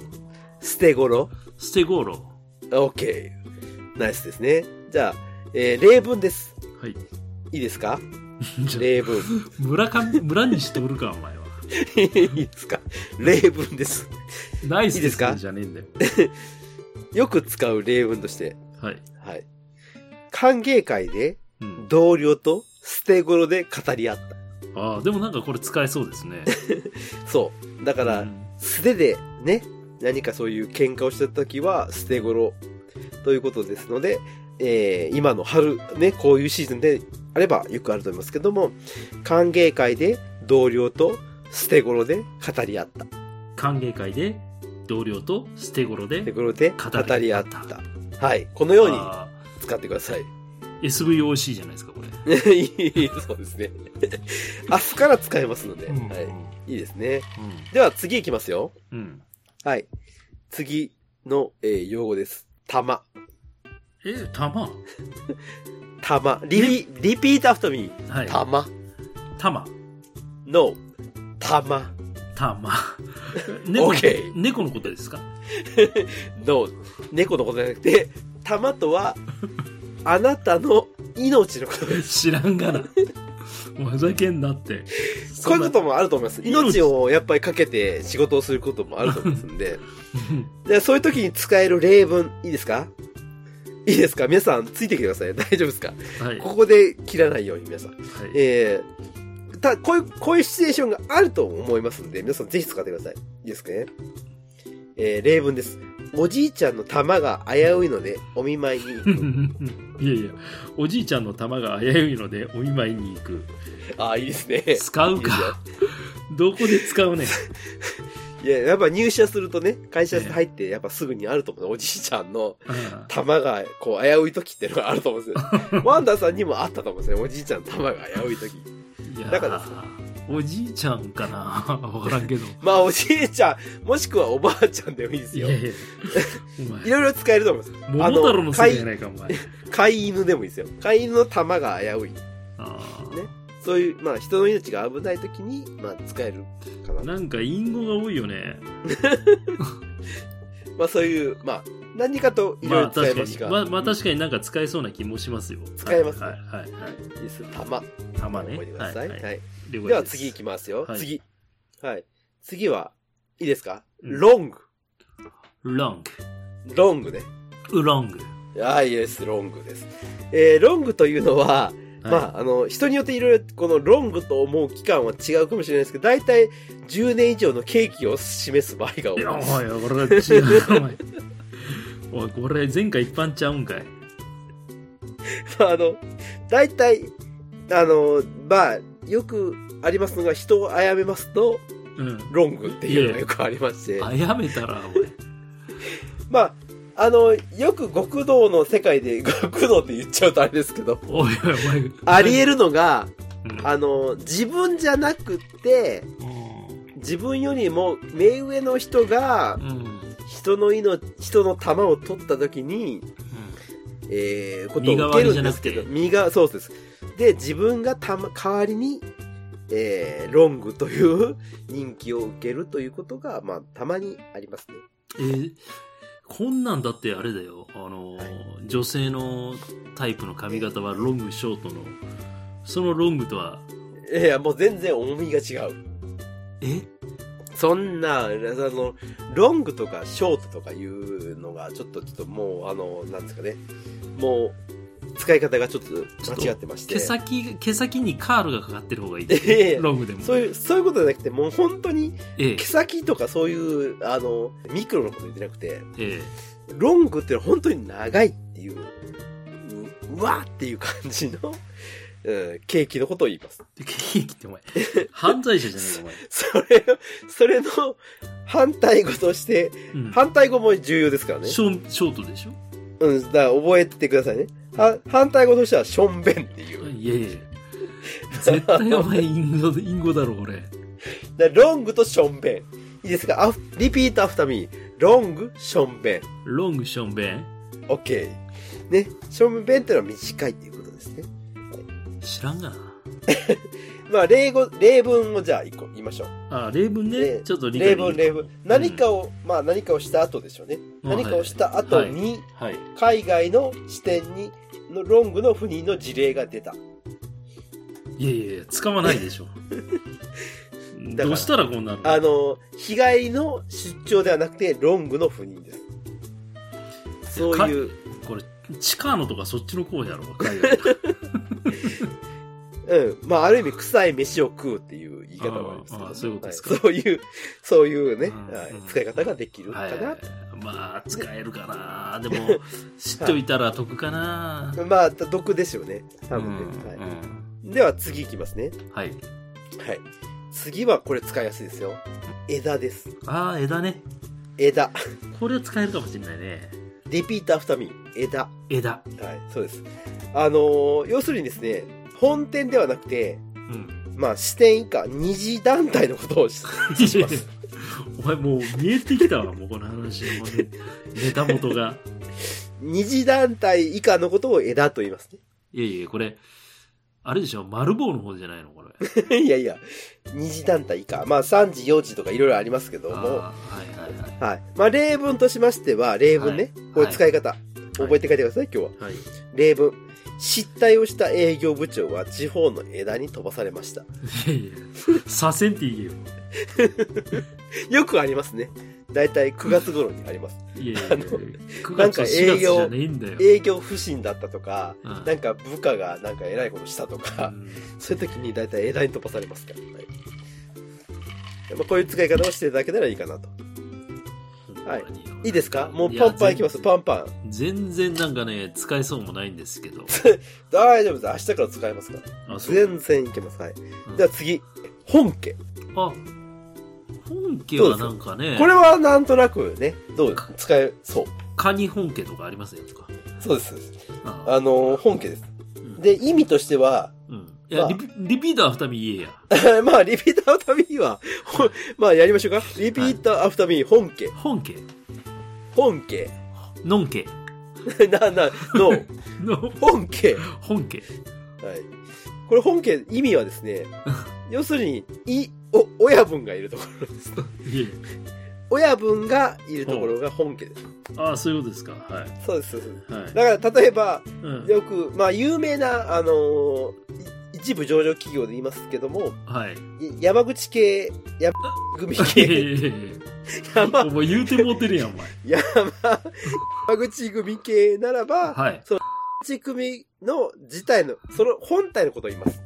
Speaker 3: 捨て頃
Speaker 2: 捨て頃
Speaker 3: ?OK。ナイスですね。じゃあ、えー例文です。
Speaker 2: はい *laughs*
Speaker 3: いいですか
Speaker 2: じゃ
Speaker 3: 例文。 *laughs*
Speaker 2: あ村上村西徹かお前はい
Speaker 3: いですか例文です。
Speaker 2: ナイス
Speaker 3: いいですか
Speaker 2: ねじゃねえんだよ
Speaker 3: よく使う例文として。
Speaker 2: はい、
Speaker 3: はい。歓迎会で
Speaker 2: うん、
Speaker 3: 同僚と捨て頃で語り合っ
Speaker 2: ああでもなんかこれ使えそうですね
Speaker 3: た。そう。だか
Speaker 2: だ
Speaker 3: ら、素手でね、何かそういう喧嘩をした時は捨て頃ということですので、えー今の春、ね、こういうシーズンであればよくあると思いますけども、歓迎会で同僚と捨て頃で語り合った。
Speaker 2: 歓迎会で同僚と捨て頃で
Speaker 3: 捨て頃で語り合っ
Speaker 2: 語り合
Speaker 3: た。はい。このように
Speaker 2: あ
Speaker 3: 使ってください。 *laughs*
Speaker 2: ー SVOC じゃないですかこれ、
Speaker 3: いいそうですね。 *laughs* 明日から使えますので、
Speaker 2: うん
Speaker 3: はい。いいですね。では次いきますよ。
Speaker 2: うん、うん、
Speaker 3: はい。次の、えー用語です。玉。
Speaker 2: え玉
Speaker 3: 玉。リピ、リピートアフトミー。
Speaker 2: はい
Speaker 3: 玉
Speaker 2: 玉
Speaker 3: の玉。
Speaker 2: たま。猫の
Speaker 3: OK
Speaker 2: 猫のことですか
Speaker 3: どう猫のことじゃなくて、玉とは、あなたの命のことです。
Speaker 2: 知らんがな。お前ふざけんなって。
Speaker 3: こういうこ
Speaker 2: そ
Speaker 3: と
Speaker 2: んな
Speaker 3: もあると思います。
Speaker 2: 命
Speaker 3: 命をやっぱりかけて仕事をすることもあると思いますんで。で、そういう時に使える例文、いいですかいいですか皆さん、ついてきてください。大丈夫ですか
Speaker 2: はい。は
Speaker 3: ここで切らないように皆さん。
Speaker 2: い。 *laughs*
Speaker 3: えー、た、こういう、こういうシチュエーションがあると思いますんで、皆さんぜひ使ってください。いいですかねえー、例文です。おじいちゃんの玉が危ういので、お見舞いに行く。
Speaker 2: *laughs* いやいや、おじいちゃんの玉が危ういのでお見舞いに行く。
Speaker 3: ああ、いいですね。
Speaker 2: 使うか。 *laughs* どこで使う
Speaker 3: *laughs*
Speaker 2: ねん。
Speaker 3: いや、やっぱ入社するとね、会社入って、やっぱすぐにあると思うね。おじいちゃんの
Speaker 2: ああ
Speaker 3: 玉が、こう、危うい時っていうのがあると思うんで
Speaker 2: *laughs*
Speaker 3: すよ。ワンダーさんにもあったと思うんですね。おじいちゃんの玉が危うい時。
Speaker 2: いや
Speaker 3: だからで
Speaker 2: ーおじいちゃんかな *laughs* わからんけど。
Speaker 3: まあ、おじいちゃん、もしくはおばあちゃんでもいいです
Speaker 2: い
Speaker 3: よ
Speaker 2: や。いや、
Speaker 3: いろいろ使えると思います。
Speaker 2: お前、桃太郎のせいじゃないか、お前。
Speaker 3: 飼い犬でもいいですよ。飼い犬の玉が危うい。
Speaker 2: あ
Speaker 3: ねそういう、まあ、人の命が危ない時に、まあ、使えるか
Speaker 2: あ
Speaker 3: な。
Speaker 2: なんか隠語が多いよね。
Speaker 3: まあ、そういう、まあ、何かとい
Speaker 2: ま
Speaker 3: ろいろ
Speaker 2: あ
Speaker 3: 使
Speaker 2: 確
Speaker 3: え
Speaker 2: か
Speaker 3: ます
Speaker 2: に、
Speaker 3: が、
Speaker 2: まあ、まあ確かになんか使えそうな気もしますよ。
Speaker 3: 使えます
Speaker 2: はいはいはい。
Speaker 3: いいです。玉。
Speaker 2: 玉ね。
Speaker 3: 覚えてください。
Speaker 2: は
Speaker 3: はいい。
Speaker 2: はい了解
Speaker 3: では
Speaker 2: す
Speaker 3: 次行きますよ。
Speaker 2: はい
Speaker 3: 次。はい。次は、いいですか、
Speaker 2: うん
Speaker 3: ロング。
Speaker 2: ロン
Speaker 3: ロングね。
Speaker 2: グ。ウロング。
Speaker 3: ああ、イエス、ロングです。えー、ロングというのは、
Speaker 2: はい
Speaker 3: まあ、あの、人によっていろいろ、このロングと思う期間は違うかもしれないですけど、大体10年以上の刑期を示す場合が多
Speaker 2: い
Speaker 3: い
Speaker 2: やお
Speaker 3: で
Speaker 2: い
Speaker 3: す。
Speaker 2: これ違うお前おいこれ前回一般ちゃうんかい
Speaker 3: ま *laughs* あ、あの、大体、あの、まあ、よくありますのが、人を殺めますと、
Speaker 2: うん
Speaker 3: ロングっていうのがよくありまして。
Speaker 2: あやめたら
Speaker 3: まあ、あの、よく極道の世界で、 *laughs* 極道って言っちゃうとあれですけど、
Speaker 2: おいおいおいお前
Speaker 3: あり得るのが、
Speaker 2: うん
Speaker 3: あの、自分じゃなくって、自分よりも目上の人が
Speaker 2: う、んうん
Speaker 3: 人の命、人の玉を取った時に、えー、ことを受けるんですけど、身が、そうです。で、自分が玉、代わりに、えー、ロングという人気を受けるということが、まあ、たまにありますね。
Speaker 2: えーこんなんだってあれだよあの女性のタイプの髪型はロングショートのそのロングとはい
Speaker 3: や、もう全然重みが違う。
Speaker 2: え
Speaker 3: そんな、あの、ロングとかショートとかいうのが、ちょっと、ちょっともう、あの、なんですかね。もう、使い方がちょっと間違ってまして。
Speaker 2: 毛先毛先にカールがかかってる方がいい
Speaker 3: いやいや
Speaker 2: ロングでも
Speaker 3: そういう、そういうことじゃなくて、もう本当に、
Speaker 2: ええ
Speaker 3: 毛先とかそういう、あの、ミクロのこと言ってなくて、
Speaker 2: え
Speaker 3: ロングってのは本当に長いっていう、ううわーっていう感じの、 *laughs* うん、ケーキのことを言います。
Speaker 2: えケーキってお前犯罪者じゃないかお前
Speaker 3: それを、それの反対語として、
Speaker 2: うん
Speaker 3: 反対語も重要ですからね。
Speaker 2: ショショートでしょ
Speaker 3: うん、だから覚えてくださいね。は反対語としては、ションベンっていう。
Speaker 2: いやいや絶対お前インゴインゴだろこれ
Speaker 3: だからロングとションベン。いいですかリピートアフターミー。ロング、ションベン。
Speaker 2: ロングションベン
Speaker 3: OK。ね、ションベンってのは短いっていうことですね。
Speaker 2: 知らんがな
Speaker 3: まあ、例語、例文をじゃあ一個言いましょう。
Speaker 2: あ例文ね
Speaker 3: で
Speaker 2: ちょっと理解で
Speaker 3: 例
Speaker 2: き
Speaker 3: 文、
Speaker 2: る
Speaker 3: 例文。何かを、まあ何かをした後でしょうね。
Speaker 2: うん
Speaker 3: 何かをした後
Speaker 2: はい
Speaker 3: に、
Speaker 2: はい
Speaker 3: 海外の視点に、のロングの不妊の事例が出た。
Speaker 2: いやいやいや使わないでしょ
Speaker 3: だから
Speaker 2: どうしたらこうなるの
Speaker 3: あの、日帰りの出張ではなくて、ロングの不妊です。そういう、
Speaker 2: これチカーノとかそっちの方やろ海外
Speaker 3: うん。まあ、ある意味、臭い飯を食うっていう言い方もありますけど、
Speaker 2: あーあーそういうことですか
Speaker 3: はそういう、そういうね、
Speaker 2: うん
Speaker 3: はい
Speaker 2: うん
Speaker 3: 使い方ができるか
Speaker 2: はい
Speaker 3: な。
Speaker 2: まあ使えるかなでも知っといたら得かな
Speaker 3: まあ、毒ですよね。
Speaker 2: う
Speaker 3: 多
Speaker 2: ん
Speaker 3: 分ね。
Speaker 2: う
Speaker 3: は
Speaker 2: ん
Speaker 3: い、では、次いきますね。
Speaker 2: はい
Speaker 3: はい。次は、これ使いやすいですよ。枝です。
Speaker 2: ああ枝ね
Speaker 3: 枝。
Speaker 2: これは使えるかもしれないね
Speaker 3: リピートアフターミー。枝。は
Speaker 2: 枝
Speaker 3: い、そうです。あのー要するにですね、本店ではなくて、
Speaker 2: うん
Speaker 3: まあ、支店以下、二次団体のことをし *laughs* 指します。
Speaker 2: *laughs* お前もう見えてきたわもうこの話もうねネタ元が
Speaker 3: 二次団体以下のことを枝と言いますね。
Speaker 2: いやいやこれあれでしょ丸棒の方じゃないのこれ。
Speaker 3: *laughs* いやいや、二次団体以下。まあ3時、4時とかいろいろありますけ
Speaker 2: あ
Speaker 3: ど
Speaker 2: ー
Speaker 3: も。
Speaker 2: はいはいはい。
Speaker 3: はい。まあ例文としましては、例文ね。
Speaker 2: はい
Speaker 3: これ使い方、覚えて帰ってください、今日は。
Speaker 2: はい。
Speaker 3: 例文。失態をした営業部長は地方の枝に飛ばされました。
Speaker 2: いやいや、左遷って言えよ。
Speaker 3: よくありますね。だいたい9月頃にあります。
Speaker 2: いやいやいや、9
Speaker 3: なん
Speaker 2: 月と4
Speaker 3: か営
Speaker 2: 月じ
Speaker 3: 業
Speaker 2: ゃないんだよ。
Speaker 3: 営業不振だったとか、
Speaker 2: うん
Speaker 3: なんか部下がなんか偉いことしたとか、
Speaker 2: うん
Speaker 3: そういう時に大体枝に飛ばされますから、はいまあ、こういう使い方をしていただけたらいいかなと。はいいいですかもうパンパンいきます、
Speaker 2: や
Speaker 3: パンパン。
Speaker 2: 全然なんかね、使えそうもないんです
Speaker 3: *laughs*
Speaker 2: けど。
Speaker 3: 大丈夫です。明日から使えますから。
Speaker 2: あ、そう
Speaker 3: 全然いけます。はい。
Speaker 2: うん
Speaker 3: では次。本家。
Speaker 2: あ、本家はなんかね、
Speaker 3: これはなんとなくね、どう使え、そう。
Speaker 2: カニ本家とかありますよとか。
Speaker 3: そうですそうです。
Speaker 2: あ
Speaker 3: あのー本家です。
Speaker 2: うん
Speaker 3: で、意味としては、 *laughs*
Speaker 2: うん。いや、
Speaker 3: まあ
Speaker 2: リピリピーター二見言えや。
Speaker 3: まあ、リピーターアフターミーは、ほんまあ、やりましょうか。リピーターアフターミー、本家。
Speaker 2: 本家、
Speaker 3: 本家。 *laughs*
Speaker 2: のん家、
Speaker 3: な、な、の、
Speaker 2: の、
Speaker 3: 本家。は
Speaker 2: 本家。
Speaker 3: い。これ本家、意味はで
Speaker 2: *laughs*
Speaker 3: すね、要するに、い、お、親分がいるところ
Speaker 2: *laughs*
Speaker 3: です。
Speaker 2: いえ。
Speaker 3: 親分がいるところが本家です。
Speaker 2: ああ、そういうことですか。はい。
Speaker 3: そうです、そうです。
Speaker 2: はい。
Speaker 3: だから、例えば、
Speaker 2: うん、
Speaker 3: よく、まあ、有名な、あのーい一部上場企業で言いますけども、
Speaker 2: はい。
Speaker 3: い山口系、山組
Speaker 2: いやい
Speaker 3: 系、
Speaker 2: やいやいや
Speaker 3: *laughs* 山
Speaker 2: お、前言うてもうてるやん、お
Speaker 3: *laughs*
Speaker 2: 前。
Speaker 3: 山、山口組系ならば、
Speaker 2: はい。
Speaker 3: 口組の自体の、その本体のことを言います。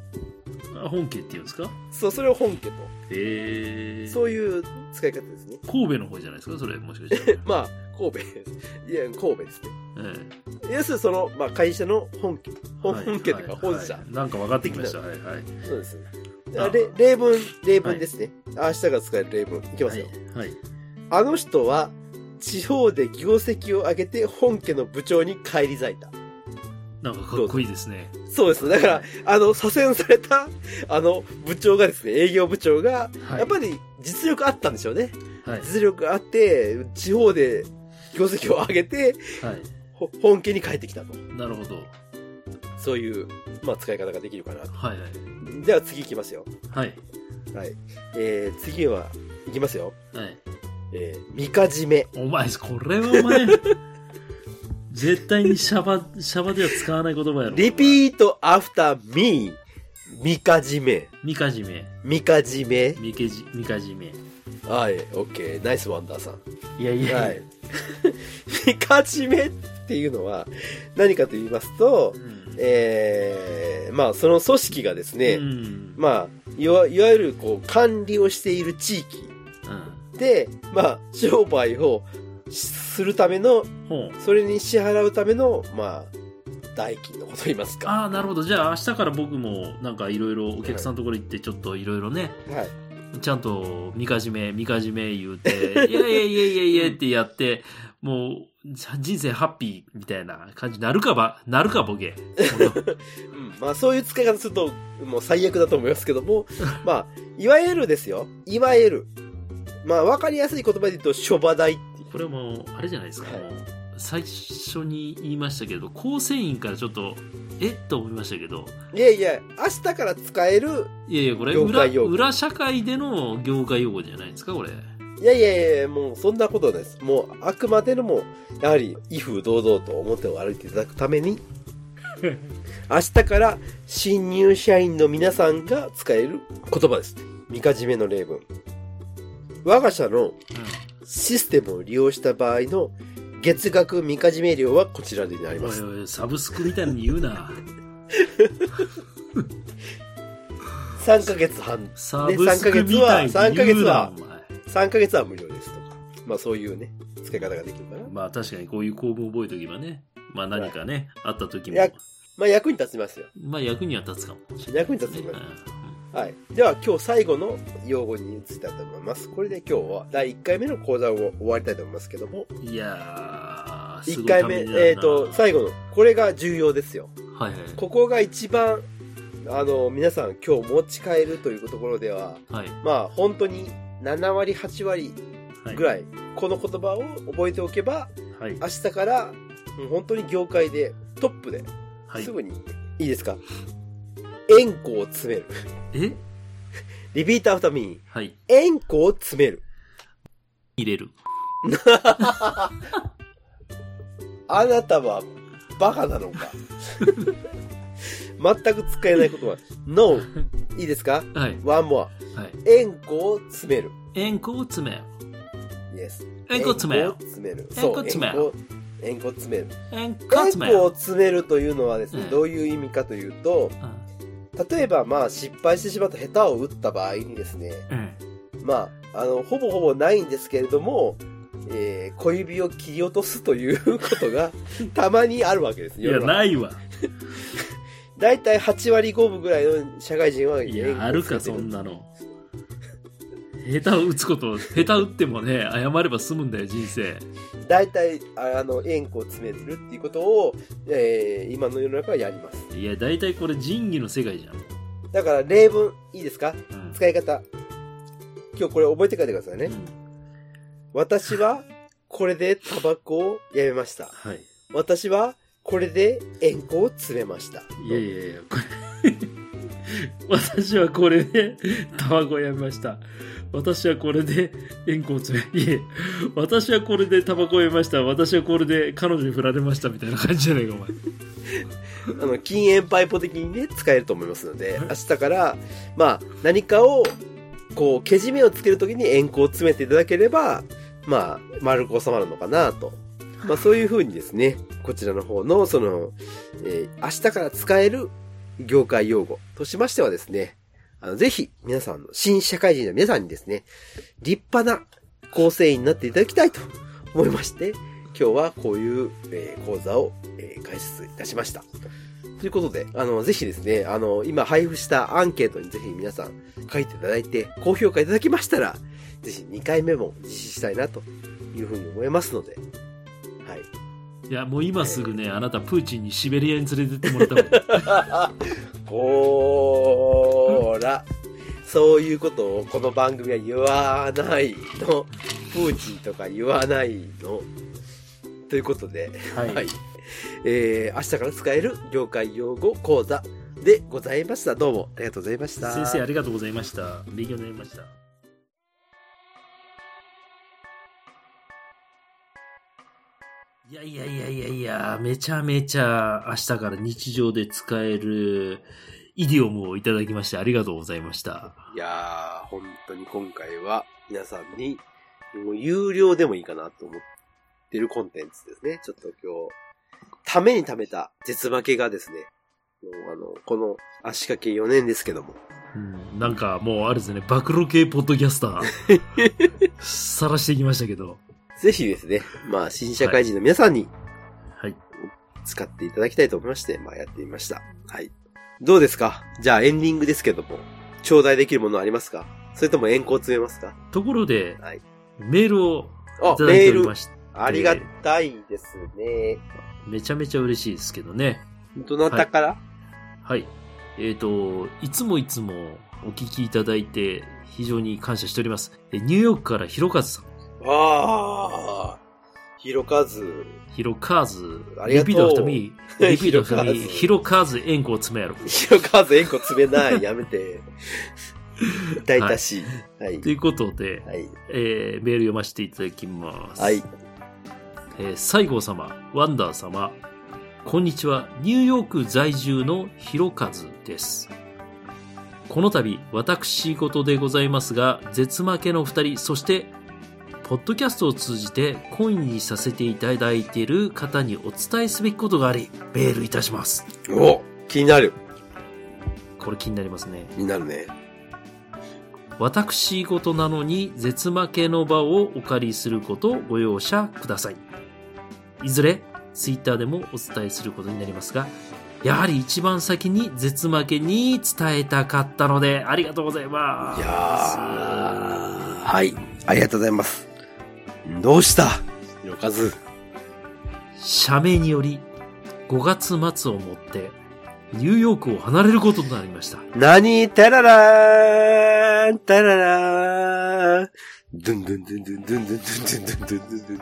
Speaker 2: あ本家って言うんですか
Speaker 3: そう、それを本家と。
Speaker 2: ええ
Speaker 3: そういう使い方ですね。
Speaker 2: 神戸の方じゃないですかそれ、もしかして。
Speaker 3: *laughs* まあ、神戸いや、神戸ですね。
Speaker 2: え
Speaker 3: 要するにその、まあ、会社の本家。
Speaker 2: え
Speaker 3: 本本家というか本社。
Speaker 2: はいはいなんか分かってきました。はいはい。
Speaker 3: そうです。
Speaker 2: あ
Speaker 3: れ例文、例文ですね。明日が使える例文。いきま
Speaker 2: は
Speaker 3: す
Speaker 2: い
Speaker 3: よ。。
Speaker 2: はい。
Speaker 3: あの人は、地方で業績を上げて本家の部長に返り咲いた。
Speaker 2: なんかかっこいいですね。
Speaker 3: そうです。だから、あの、左遷された、あの、部長がですね、営業部長が、
Speaker 2: はい
Speaker 3: やっぱり実力あったんでしょうね。
Speaker 2: はい。
Speaker 3: 実力あって、地方で業績を上げて、
Speaker 2: はい。
Speaker 3: ほ本家に帰ってきたと。
Speaker 2: なるほど。
Speaker 3: そういう、まあ、使い方ができるかなと。
Speaker 2: はいはい。
Speaker 3: では次行きますよ。
Speaker 2: はい。
Speaker 3: はい。えー、次は、行きますよ。
Speaker 2: はい。
Speaker 3: えー、みかじめ。
Speaker 2: お前、これはお前、絶対にシャバ、シャバでは使わない言葉やろ。
Speaker 3: リピートアフターミー。みかじめ。
Speaker 2: みかじめ。
Speaker 3: みかじめ。
Speaker 2: みけじ、みかじめ。
Speaker 3: はい、オッケー。ナイスワンダーさん。
Speaker 2: いやいや、 *laughs*
Speaker 3: はい。みかじめっていうのは、何かと言いますと
Speaker 2: う、ん
Speaker 3: えー、まあ、その組織がですね、
Speaker 2: うん。
Speaker 3: まあ、いわいわゆるこう管理をしている地域
Speaker 2: うん
Speaker 3: で、まあ、商売をしするための、
Speaker 2: ほう。
Speaker 3: それに支払うための、まあ、代金のことを言いますか。
Speaker 2: ああ、なるほど。じゃあ、明日から僕も、なんかいろいろお客さんのところ行って、ちょっといろいろね、
Speaker 3: はい。
Speaker 2: ちゃんと、みかじめ、みかじめ言う
Speaker 3: *laughs*
Speaker 2: て、いやいやいやいやいやってやって、もう、じゃ人生ハッピーみたいな感じになるかば、なるかボ
Speaker 3: *laughs*
Speaker 2: ケ。
Speaker 3: うんまあ、そういう使い方すると、もう最悪だと思いますけ
Speaker 2: *laughs*
Speaker 3: ども、まあ、いわゆるですよ。いわゆる。まあ、わかりやすい言葉で言うと、諸場代っていう。
Speaker 2: これもう、あれじゃないですか。
Speaker 3: はい
Speaker 2: もう最初に言いましたけど、構成員からちょっと、えっと思いましたけど、
Speaker 3: いやいや、明日から使える、
Speaker 2: いやいや、これ
Speaker 3: 業
Speaker 2: 裏、
Speaker 3: 界用語
Speaker 2: 裏社会での業界用語じゃないですか、これ。
Speaker 3: いやいやいや、もうそんなことはないです。もう、あくまでのもう、やはり、威風堂々と表を歩いていただくために、明日から新入社員の皆さんが使える言葉です。みかじめの例文。我が社のシステムを利用した場合の月額みかじめ料はこちらになり
Speaker 2: お
Speaker 3: ます
Speaker 2: い。おい、サブスクみたいに言う
Speaker 3: *laughs*
Speaker 2: な。
Speaker 3: 3ヶ月半、
Speaker 2: サブスクみたいに
Speaker 3: 三ヶ
Speaker 2: 言う
Speaker 3: 月は
Speaker 2: な、お前。
Speaker 3: 3ヶ月は無料ですとか。まあそういうね、使い方ができるかな。
Speaker 2: まあ確かにこういう構文覚えておけばね、まあ何かね、あった時
Speaker 3: い
Speaker 2: も
Speaker 3: や、まあ役に立ちますよ。
Speaker 2: まあ役には立つかもしれない。
Speaker 3: 役に立つ
Speaker 2: ね
Speaker 3: よ。はい。では今日最後の用語に移りたいと思います。これで今日は第1回目の講座を終わりたいと思いますけども、
Speaker 2: うんいやー、すご
Speaker 3: 1
Speaker 2: いた
Speaker 3: 回
Speaker 2: め
Speaker 3: 目、
Speaker 2: になるな
Speaker 3: えっ、と、最後の、これが重要ですよ。
Speaker 2: はいは
Speaker 3: ここが一番、あの、皆さん今日持ち帰るというところでは、
Speaker 2: い。はい。
Speaker 3: まあ本当に7割、8割
Speaker 2: はい。
Speaker 3: ぐらい、この言葉を覚えておけば、
Speaker 2: はい。
Speaker 3: 明日から、もう本当に業界で、トップで、
Speaker 2: はい
Speaker 3: す。ぐに、いいですか *laughs* 円弧を詰める。
Speaker 2: え
Speaker 3: リピートアフターミー。
Speaker 2: はい。
Speaker 3: 円弧を詰める。
Speaker 2: 入れる。
Speaker 3: あなたは、バカなのか。全く使えない言葉。No. いいですか
Speaker 2: はい。
Speaker 3: ?One more.
Speaker 2: はい。
Speaker 3: 円弧を詰める。
Speaker 2: 円弧を詰める。
Speaker 3: Yes.
Speaker 2: 円弧詰め
Speaker 3: 円
Speaker 2: る
Speaker 3: 弧を。詰める。
Speaker 2: 円弧詰める
Speaker 3: そう。円弧を詰める。
Speaker 2: 円弧
Speaker 3: 円
Speaker 2: 詰める
Speaker 3: 弧。を詰めるというのはですね、
Speaker 2: うん
Speaker 3: どういう意味かというと、例えばまあ失敗してしまった下手を打った場合にですね、
Speaker 2: うんうん。
Speaker 3: まあ、あの、ほぼほぼないんですけれども、えー小指を切り落とすということがたまにあるわけです。
Speaker 2: いや、
Speaker 3: 世の中
Speaker 2: ないわ。
Speaker 3: だいたい8割5分ぐらいの社会人は、
Speaker 2: いや、あるか、そんなの。下手を打つこと、下手打ってもね、謝れば済むんだよ、人生。
Speaker 3: だいたい、ああの、円弧を詰めてるっていうことを、えー今の世の中はやります。
Speaker 2: いや、大体これ仁義の世界じゃん。
Speaker 3: だから、例文、いいですか
Speaker 2: うん
Speaker 3: 使い方。今日これ覚えて帰ってくださいね。
Speaker 2: うん
Speaker 3: 私は、これでタバコをやめました。
Speaker 2: はい。
Speaker 3: 私は、これで円弧を詰めました。
Speaker 2: いやいやいや、これ。 *laughs* 私はこれで、タバコをやめました。私はこれで、円弧を詰め、いえ、私はこれでタバコをやめました。私はこれで彼女に振られました。みたいな感じじゃないか、お前。
Speaker 3: あの、禁煙パイプ的にね、使えると思いますので、明日から、まあ、何かを、こう、けじめをつけるときに円弧を詰めていただければ、まあ、丸く収まるのかなと。まあ、そういうふうにですね、こちらの方の、その、えー明日から使える業界用語としましてはですね、あの、ぜひ、皆さんの、新社会人の皆さんにですね、立派な構成員になっていただきたいと思いまして、今日はこういう、えー講座を、えー開設いたしました。ということで、あの、ぜひですね、あの、今配布したアンケートにぜひ皆さん書いていただいて、高評価いただきましたら、ぜひ2回目も実施したいなというふうに思いますので、はい。
Speaker 2: いや、もう今すぐね、あなた、プーチンにシベリアに連れてってもらった方がいい
Speaker 3: ほーら、そういうことをこの番組は言わないの。プーチンとか言わないの。ということで、
Speaker 2: はい
Speaker 3: はい。えー、明日から使える業界用語講座でございました。どうもありがとうございました。
Speaker 2: 先生ありがとうございました勉強になりましたいやいやいやいやいやめちゃめちゃ明日から日常で使えるイディオムをいただきましてありがとうございました
Speaker 3: いやー、本当に今回は皆さんに、もう有料でもいいかなと思ってるコンテンツですね。ちょっと今日、ために貯めた絶負けがですね、もうあの、この足掛け4年ですけども、
Speaker 2: うんなんかもうあれですね暴露系ポッドキャスター
Speaker 3: *laughs*
Speaker 2: さらしていきましたけど
Speaker 3: ぜひですね、まあ新社会人の皆さんに
Speaker 2: はい
Speaker 3: 使っていただきたいと思いまして、まあやってみました。はい。どうですかじゃあエンディングですけども、頂戴できるものありますかそれとも遠行詰めますか
Speaker 2: ところで、
Speaker 3: はい
Speaker 2: メールを
Speaker 3: あ
Speaker 2: い、ただいてお
Speaker 3: メー
Speaker 2: り
Speaker 3: ル
Speaker 2: ま。して
Speaker 3: ありがたいですね。
Speaker 2: めちゃめちゃ嬉しいですけどね
Speaker 3: どなたから、
Speaker 2: はい。えっ、と、いつもいつもお聞きいただいて、非常に感謝しております。えニューヨークからひろかずさん。
Speaker 3: ああ、ひろかず。
Speaker 2: ひろかず
Speaker 3: あ、り
Speaker 2: リ
Speaker 3: がとう
Speaker 2: ピートアフタミー、リピートアフタミー、
Speaker 3: ひ
Speaker 2: ひ
Speaker 3: ろ
Speaker 2: ろかず、円弧を詰めやろ。
Speaker 3: ひろかず、えんこ詰めない。やめて。痛々しい。はい。
Speaker 2: ということで、
Speaker 3: はい。
Speaker 2: えーメール読ませていただきます。
Speaker 3: はい。
Speaker 2: えー西郷様、ワンダー様、こんにちは。ニューヨーク在住のひろかずです。この度、私事でございますが、絶負けの二人、そして、ポッドキャストを通じて懇意にさせていただいている方にお伝えすべきことがあり、メールいたします。
Speaker 3: お気になる。
Speaker 2: これ気になりますね。
Speaker 3: 気になるね。
Speaker 2: 私事なのに絶負けの場をお借りすることをご容赦ください。いずれ、ツイッターでもお伝えすることになりますが、やはり一番先に絶負けに伝えたかったので、ありがとうございま
Speaker 3: い
Speaker 2: す。
Speaker 3: やーはい。ありがとうございます。どうしたひろかず。
Speaker 2: 社名により、5月末をもって、ニューヨークを離れることとなりました。
Speaker 3: 何タララーンタララーンドゥンドゥンドゥンドゥンドゥンドゥンドゥンドゥンドゥンドゥンドゥ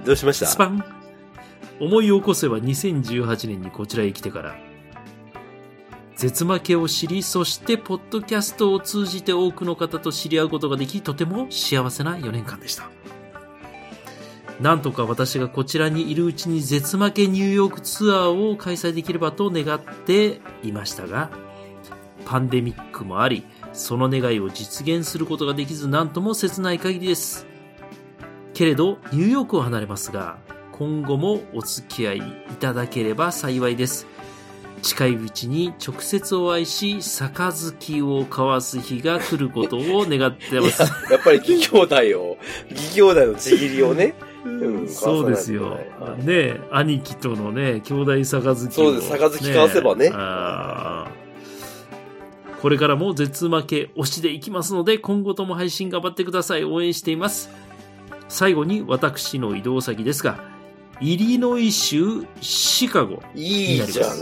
Speaker 3: ンどうしました
Speaker 2: スパン思い起こせば2018年にこちらへ来てから、絶負けを知り、そしてポッドキャストを通じて多くの方と知り合うことができ、とても幸せな4年間でした。なんとか私がこちらにいるうちに絶負けニューヨークツアーを開催できればと願っていましたが、パンデミックもあり、その願いを実現することができず、なんとも切ない限りです。けれど、ニューヨークを離れますが、今後もお付き合いいただければ幸いです。近いうちに直接お会いし、杯を交わす日が来ることを願って
Speaker 3: い
Speaker 2: ま
Speaker 3: や
Speaker 2: す。、
Speaker 3: やっぱり義兄弟を、義兄弟のちぎりをね。うん
Speaker 2: そうですよ
Speaker 3: は。
Speaker 2: ね
Speaker 3: い
Speaker 2: え兄貴とのね、兄弟杯を、ね。
Speaker 3: そうです杯交わせばね
Speaker 2: あーこれからも絶負け推しでいきますので、今後とも配信頑張ってください。応援しています。最後に私の移動先ですが、イリノイ州シカゴ、
Speaker 3: いいじゃな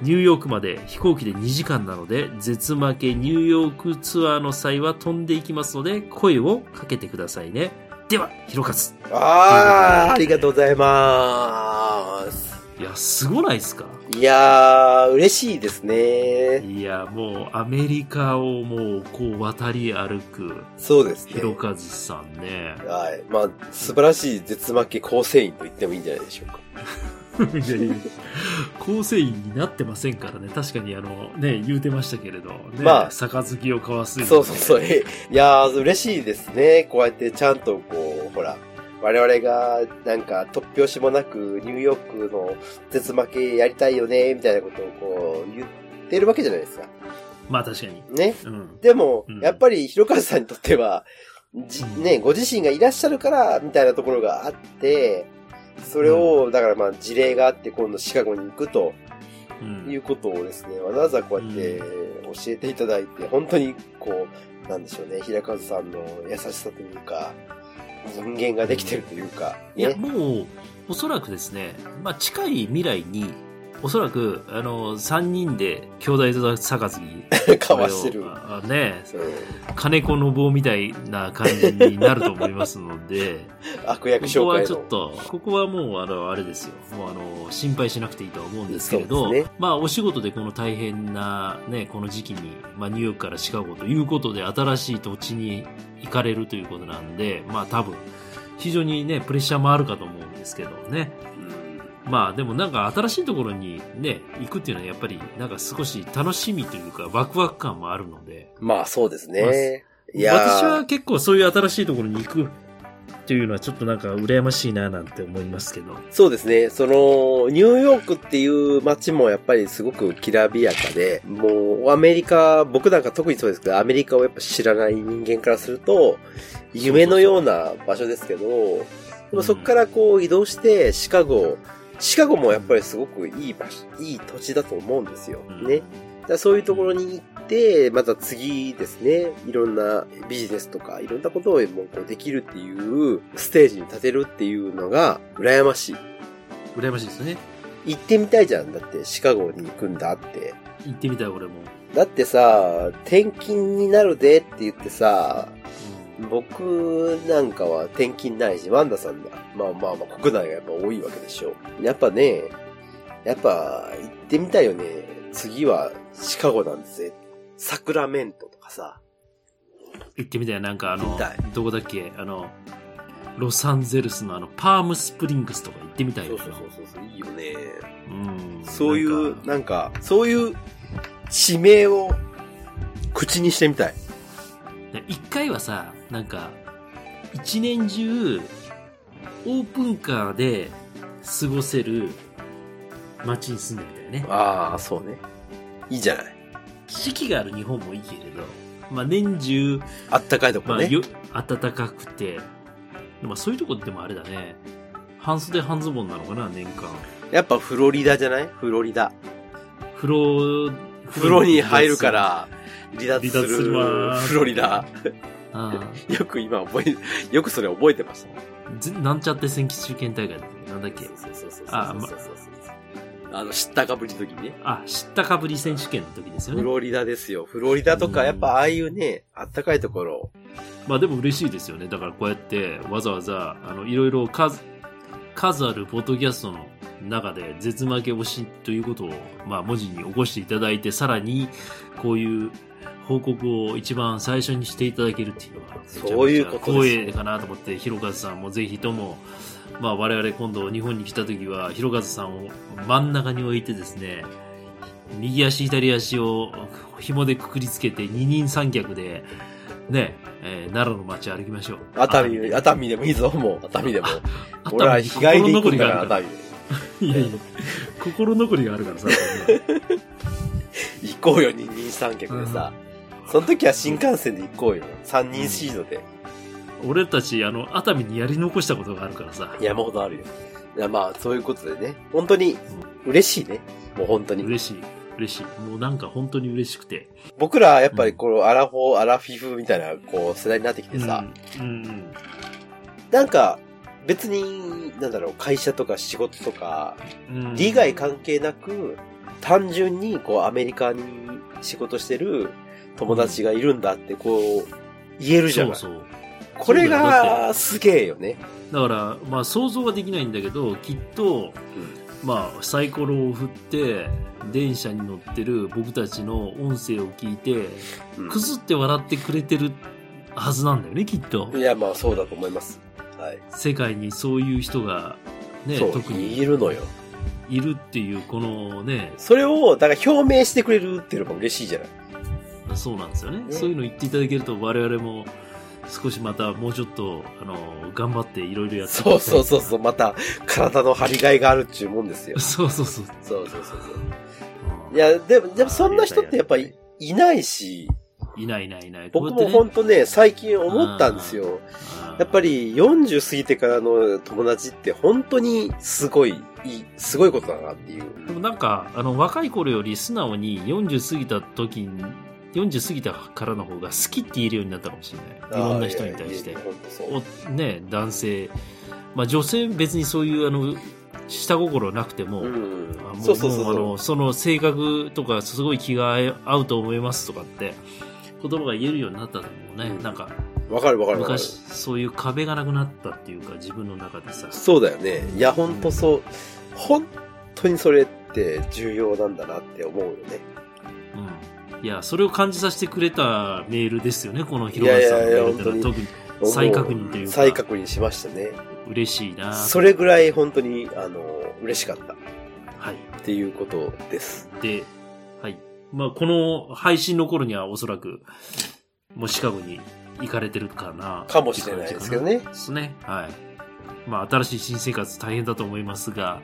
Speaker 2: ニューヨークまで飛行機で2時間なので、絶負けニューヨークツアーの際は飛んでいきますので、声をかけてくださいね。では、ひろかつ。
Speaker 3: い。ああ、ありがとうございます。
Speaker 2: いや、すごないですか
Speaker 3: いやー、嬉しいですね。
Speaker 2: いや、もうアメリカをもうこう渡り歩く、
Speaker 3: そうですね
Speaker 2: ひ。ろかずさんね。
Speaker 3: はい。まあ、素晴らしい絶負け構成員と言ってもいいんじゃないでしょうか。
Speaker 2: いやいや構成員になってませんからね。確かにあの、ね、言うてましたけれど。ね、
Speaker 3: まあ
Speaker 2: 杯を交わすよに
Speaker 3: そうそうそう。えいやー、嬉しいですね。こうやってちゃんとこう、ほら、我々がなんか突拍子もなくニューヨークの絶負けやりたいよね、みたいなことをこう言ってるわけじゃないですか。
Speaker 2: まあ確かに。
Speaker 3: ね。
Speaker 2: うん。
Speaker 3: でも、
Speaker 2: うん
Speaker 3: やっぱり広川さんにとっては、じ
Speaker 2: うん
Speaker 3: ね、ご自身がいらっしゃるから、みたいなところがあって、それを、だからまあ事例があって今度シカゴに行くと
Speaker 2: うん
Speaker 3: いうことをですね、わざわざこうやって教えていただいて、本当にこう、なんでしょうね、平和さんの優しさというか、人間ができてるというか、
Speaker 2: いや、
Speaker 3: ね。
Speaker 2: もう、おそらくですね、まあ、近い未来に、おそらく、あの、3人で、兄弟と杯、
Speaker 3: *laughs* かわしてる
Speaker 2: これ。をあね、
Speaker 3: うん
Speaker 2: 金子の棒みたいな感じになると思いますので、
Speaker 3: 悪役
Speaker 2: こ
Speaker 3: 紹
Speaker 2: こは
Speaker 3: 介
Speaker 2: ちょっ
Speaker 3: の。
Speaker 2: と、ここはもう、あの、あれですよ。もう、あの、心配しなくていいとは思うんですけれ
Speaker 3: そ
Speaker 2: ど、
Speaker 3: うですね
Speaker 2: まあ、お仕事でこの大変な、ね、この時期に、まあ、ニューヨークからシカゴということで、新しい土地に行かれるということなんで、まあ、多分、非常にね、プレッシャーもあるかと思うんですけどね。まあ、でもなんか、新しいところにね、行くっていうのは、やっぱり、なんか少し楽しみというか、ワクワク感もあるので、
Speaker 3: まあそうです
Speaker 2: まあ
Speaker 3: ね。いやー
Speaker 2: 私は結構そういう新しいところに行くっていうのはちょっとなんか羨ましいななんて思いますけど。
Speaker 3: そうですね。その、ニューヨークっていう街もやっぱりすごくきらびやかで、もうアメリカ、僕なんか特にそうですけど、アメリカをやっぱ知らない人間からすると、夢のような場所ですけど、でもそこからこう移動して、シカゴ、シカゴもやっぱりすごくいい場所、いい土地だと思うんですよ。
Speaker 2: うん
Speaker 3: ね。。だからそういうところに行って、また次ですね、いろんなビジネスとか、いろんなことをもうこうできるっていう、ステージに立てるっていうのが、羨ましい。
Speaker 2: 羨ましいですね。
Speaker 3: 行ってみたいじゃん。だって、シカゴに行くんだって。
Speaker 2: 行ってみたい俺も。
Speaker 3: だってさ、転勤になるでって言ってさ、僕なんかは転勤ないし、ワンダさんだ。まあまあまあ、国内がやっぱ多いわけでしょ。やっぱね、やっぱ行ってみたいよね。次はシカゴなんですぜ。サクラメントとかさ。
Speaker 2: 行ってみたい。なんかあ
Speaker 3: 行
Speaker 2: の
Speaker 3: きたい、
Speaker 2: どこだっけあの、ロサンゼルスのあの、パームスプリングスとか行ってみたい
Speaker 3: そ
Speaker 2: よ
Speaker 3: うそうそうそう、いいよね。
Speaker 2: うん。
Speaker 3: そうい
Speaker 2: なん
Speaker 3: う、
Speaker 2: か
Speaker 3: なんか、そういう地名を口にしてみたい。
Speaker 2: ね一回はさ、なんか、一年中、オープンカーで過ごせる街に住んでみたいね。
Speaker 3: ああ、そうね。いいじゃない。
Speaker 2: 四季がある日本もいいけれど、まあ、年中、
Speaker 3: あったかいとこ
Speaker 2: まあ、
Speaker 3: ね。
Speaker 2: よ暖かくて、まあ、そういうとこでもあれだね半袖半ズボンなのかな年間
Speaker 3: やっぱフロリダじゃないフロリダ。
Speaker 2: 風呂
Speaker 3: 風呂に入るから、離脱する。
Speaker 2: 離脱するわー
Speaker 3: フロリダ。
Speaker 2: あ
Speaker 3: よく今覚え、よくそれ覚えてましたね。
Speaker 2: あぜなんちゃって選挙中堅大会だっけなんだっけ
Speaker 3: そうそうそうそうそう
Speaker 2: あま
Speaker 3: そうそうそうあの、知ったかぶりの時にね。
Speaker 2: あ知ったかぶり選手権の時ですよ
Speaker 3: フ
Speaker 2: ね
Speaker 3: ロリダですよ。フロリダとか、やっぱああいうね、あったかいところ。
Speaker 2: まあでも嬉しいですよねだからこうやってわざわざあのいろいろ数数あるポッドキャストの中で絶負け推しということを、まあ、文字に起こしていただいて、さらに、こういう報告を一番最初にしていただけるっていうのは、
Speaker 3: そういうことです
Speaker 2: めちゃめちゃ光栄かなと思って、広和さんもぜひとも、まあ、我々今度日本に来た時は、広和さんを真ん中に置いてですね、右足、左足を紐でくくりつけて、二人三脚で、ね、えー奈良の街歩きましょう。
Speaker 3: 熱海、熱海でもいいぞ、もう。熱海でも。
Speaker 2: 熱海
Speaker 3: 俺は日帰りで行くんだから、熱海
Speaker 2: いやいや、心残りがあるからさ、 *laughs*
Speaker 3: で。行こうよ、二人三脚でさ。その時は新幹線で行こうよ。三人シードで。
Speaker 2: 俺たち、あの、熱海にやり残したことがあるからさ、
Speaker 3: 山ほどあるよ。いや、まあ、そういうことでね。本当に、嬉しいね。もう本当に。
Speaker 2: 嬉しい、嬉しい。もうなんか本当に嬉しくて。
Speaker 3: 僕ら、やっぱりこのアラフォー、アラフィフみたいな、こう、世代になってきてさ。
Speaker 2: うん、うん、
Speaker 3: なんか、別に、なんだろう、会社とか仕事とか、
Speaker 2: うん。
Speaker 3: 利害関係なく、単純に、こう、アメリカに仕事してる友達がいるんだって、こう、言えるじゃ
Speaker 2: そ
Speaker 3: な
Speaker 2: う
Speaker 3: い。
Speaker 2: そう。
Speaker 3: これ
Speaker 2: そうだよだっ
Speaker 3: が、すげえよね。
Speaker 2: だから、まあ想像はできないんだけど、きっと、まあサイコロを振って、電車に乗ってる僕たちの音声を聞いて、
Speaker 3: うん
Speaker 2: くずって笑ってくれてるはずなんだよね、きっと。
Speaker 3: いや、まあ、そうだと思います。はい。
Speaker 2: 世界にそういう人が、ね、
Speaker 3: そう、
Speaker 2: 特に
Speaker 3: いるのよ。
Speaker 2: いるっていう、このね、
Speaker 3: それを、だから表明してくれるっていうのが嬉しいじゃない。
Speaker 2: そうなんですよね。
Speaker 3: ね
Speaker 2: そういうの言っていただけると、我々も少しまたもうちょっと、あの、頑張っていろいろやっていきた
Speaker 3: そ
Speaker 2: いう。
Speaker 3: そうそうそう、また、体の張りがいがあるっちゅうもんですよ
Speaker 2: *laughs* そうそうそう。
Speaker 3: そうそうそうそう。
Speaker 2: うん
Speaker 3: いや、でも、でもそんな人ってやっぱりいないし、
Speaker 2: いないいないいない。
Speaker 3: 僕
Speaker 2: こうや
Speaker 3: も
Speaker 2: ってね
Speaker 3: 本当ね、最近思ったんですよ。やっぱ、り40過ぎてからの友達って本当にすごい、いいすごいことだなっていう。
Speaker 2: うんでもなんか、あの、若い頃より素直に40過ぎた時に、40過ぎたからの方が好きって言えるようになったかもしれない。いろんな人に対して
Speaker 3: いやいや。いや本当そ
Speaker 2: お
Speaker 3: う
Speaker 2: ね、男性、まあ女性別にそういう、あの、下心なくても、
Speaker 3: うん
Speaker 2: あも
Speaker 3: そうそうそう
Speaker 2: もあ
Speaker 3: そ
Speaker 2: のその性格とかすごい気が合うと思いますとかって言葉が言えるようになったのもね、
Speaker 3: うん
Speaker 2: なんか
Speaker 3: う。わかるわかるわかる。
Speaker 2: 昔そういう壁がなくなったっていうか自分の中でさ
Speaker 3: そうだよね。いや、本当そう。本当にそれって重要なんだなって思うよね。
Speaker 2: うん、いやそれを感じさせてくれたメールですよねこの広瀬さんのメールっての
Speaker 3: いやいやいや
Speaker 2: は特に再確認というか
Speaker 3: 再確認しましたね。
Speaker 2: 嬉しいな
Speaker 3: それぐらい本当に、あの、嬉しかったっ
Speaker 2: はい
Speaker 3: ていうことです。
Speaker 2: で、はいまあ、この配信の頃にはおそらくもうシカゴに行かれてるかな
Speaker 3: かもしれないですけどね。
Speaker 2: ですね。はい。まあ、新しい新生活大変だと思いますが、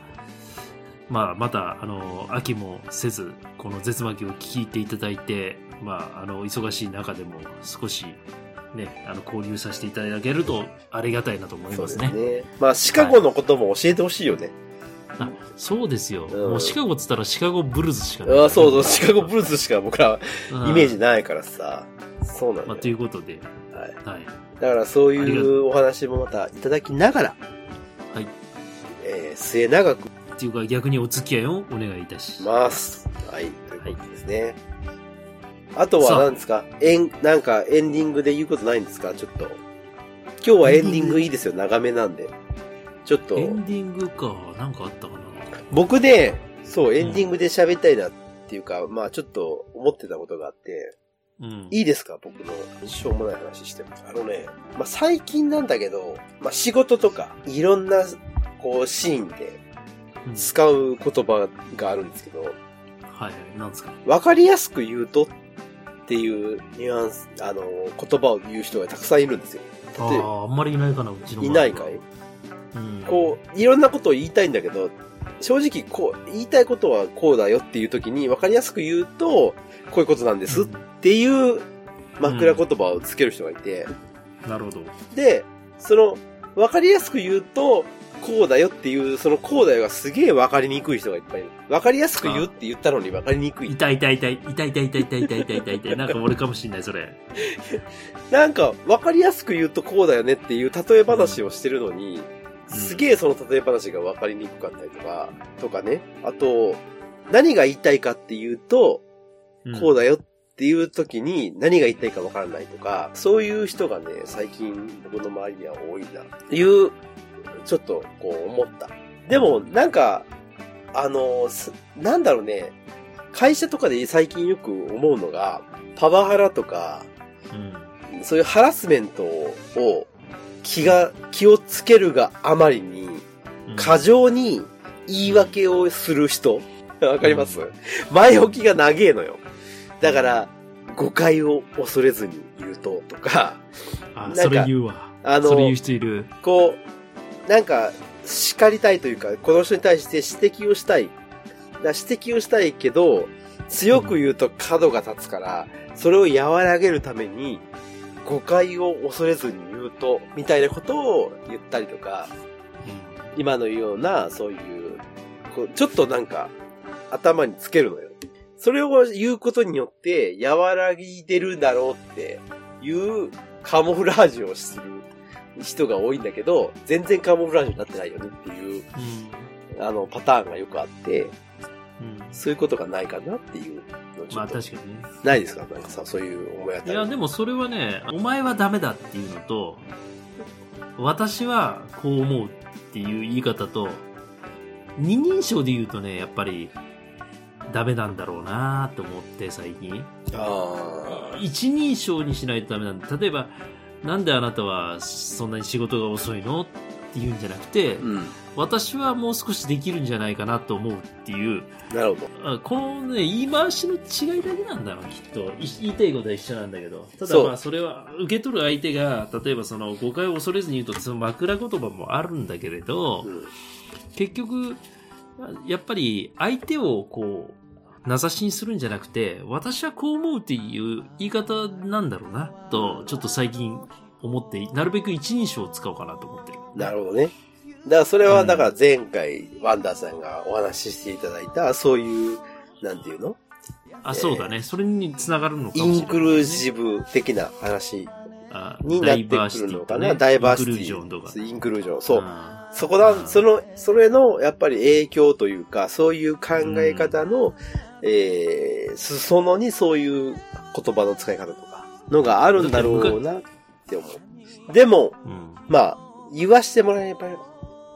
Speaker 2: まあ、また、あの、秋もせず、この絶巻きを聞いていただいて、まあ、あの、忙しい中でも少し、ね、あの、交流させていただけるとありがたいなと思いますね。そう
Speaker 3: ね。まあ、シカゴのことも教えてほしいよね。
Speaker 2: あそうですよ。
Speaker 3: うん
Speaker 2: もうシカゴっつったらシカゴブルーズしかない。
Speaker 3: ああそうそう、シカゴブルースしか僕らは
Speaker 2: うん
Speaker 3: イメージないからさ。そうなん
Speaker 2: まあ、
Speaker 3: だ
Speaker 2: とい
Speaker 3: よ。
Speaker 2: うことで、
Speaker 3: はい
Speaker 2: はい。
Speaker 3: だからそう
Speaker 2: ありがと
Speaker 3: いうお話もまたいただきながら、
Speaker 2: はい。
Speaker 3: えー末永く
Speaker 2: っていうか、逆にお付き合いをお願いいたし
Speaker 3: ます。はい、ということですね。あとは
Speaker 2: さあ
Speaker 3: 何ですかえん、なんかエンディングで言うことないんですかちょっと。今日はエンディングいいですよ、長めなんで。ちょっと
Speaker 2: エ、ンディングか、なんかあったかな。
Speaker 3: 僕ね、そう、エンディングで喋りたいなっていうか、まあちょっと思ってたことがあって、
Speaker 2: うん。
Speaker 3: いいですか僕のしょうもない話しても。あのね、まあ、最近なんだけど、まあ、仕事とか、いろんな、こう、シーンで
Speaker 2: うん
Speaker 3: 使う言葉があるんですけど、
Speaker 2: はいはい、なんですか。
Speaker 3: わかりやすく言うとっていうニュアンス、あの、言葉を言う人がたくさんいるんですよ。
Speaker 2: ああ、あんまりいないかな、うちの周
Speaker 3: い
Speaker 2: り
Speaker 3: ないかい
Speaker 2: うん。
Speaker 3: こう、いろんなことを言いたいんだけど、正直、こう、言いたいことはこうだよっていう時に、わかりやすく言うと、こういうことなんですっ
Speaker 2: ん
Speaker 3: ていう枕言葉をつける人がいて、
Speaker 2: なるほど。
Speaker 3: で、その、わかりやすく言うと、こうだよっていう、そのこうだよがすげえわかりにくい人がいっぱいいる。わかりやすく言うって言ったのにわかりにくい。
Speaker 2: 痛い痛い痛い、痛い痛い痛い痛い痛い痛い痛い
Speaker 3: *laughs*
Speaker 2: 痛い、なんか俺かもしんない、それ。
Speaker 3: なんか、わかりやすく言うとこうだよねっていう例え話をしてるのに、すげえその例え話がわかりにくかったりとか、とかね。あと、何が言いたいかっていうと、こう
Speaker 2: だ。
Speaker 3: だよっていう時に何が言いたいかわからないとか、そういう人がね、最近僕の周りには多いなっていう、ちょっとこう思った。でもなんか、あの、すなんだろうね、会社とかで最近よく思うのが、パワハラとか、
Speaker 2: うん。
Speaker 3: そういうハラスメントを気が、気をつけるがあまりに、
Speaker 2: うん
Speaker 3: 過剰に言い訳をする人。わかります
Speaker 2: うん
Speaker 3: 前置きが長えのよ。だから、誤解を恐れずに言うと、とか、
Speaker 2: あ
Speaker 3: なんか
Speaker 2: それ言うわ。
Speaker 3: あの
Speaker 2: それ言う人いる。
Speaker 3: こう、なんか、叱りたいというか、この人に対して指摘をしたい。だ指摘をしたいけど、強く言うと角が立つから、それを和らげるために、誤解を恐れずに言うと、みたいなことを言ったりとか、今のような、そういう、こうちょっとなんか、頭につけるのよ。それを言うことによって、和らぎでるだろうっていうカモフラージュをする人が多いんだけど、全然カモフラージュになってないよねっていう、
Speaker 2: うん。
Speaker 3: あの、パターンがよくあっ
Speaker 2: う
Speaker 3: て、
Speaker 2: ん。
Speaker 3: そういうことがないかなっていうのをち
Speaker 2: ま
Speaker 3: ょっ
Speaker 2: あ
Speaker 3: と、
Speaker 2: 確かにね。
Speaker 3: ないですかなんかさ、そういう思い当た
Speaker 2: い
Speaker 3: り。
Speaker 2: や、でもそれはね、お前はダメだっていうのと、私はこう思うっていう言い方と、二人称で言うとね、やっぱり、ダメなんだろうなと思って、最近。
Speaker 3: あ
Speaker 2: 一人称にしないとダメなんで、例えば、なんであなたはそんなに仕事が遅いのっていうんじゃなくて、
Speaker 3: ーうん。
Speaker 2: 私はもう少しできるんじゃないかなと思うっていう、
Speaker 3: なるほど。
Speaker 2: あこのね、言い回しの違いだけなんだろう、きっと。い言いたいことは一緒なんだけど。ただ
Speaker 3: そう
Speaker 2: まあ、それは、受け取る相手が、例えばその、誤解を恐れずに言うと、その枕言葉もあるんだけれど、
Speaker 3: うん
Speaker 2: 結局、やっぱり、相手をこう、名指しにするんじゃなくて、私はこう思うっていう言い方なんだろうな、と、ちょっと最近思って、なるべく一人称を使おうかなと思ってる。
Speaker 3: なるほどね。だからそれは、だから前回、ワンダーさんがお話ししていただいた、そういう、なんていうの
Speaker 2: あ、そうだね。それにつながるのかもしれ
Speaker 3: イ
Speaker 2: ない、
Speaker 3: ンクルージブ的な話
Speaker 2: あ
Speaker 3: になってくるのかなダイバーシティ。
Speaker 2: インクルージョンとか。
Speaker 3: インクルージョン。そう。
Speaker 2: あ
Speaker 3: そこだ、その、それの、やっぱり影響というか、そういう考え方の、えー、裾野にそういう言葉の使い方とか、のがあるんだろうなって思う。で
Speaker 2: ー。
Speaker 3: も、
Speaker 2: うん。
Speaker 3: まあ、言わしてもらえば、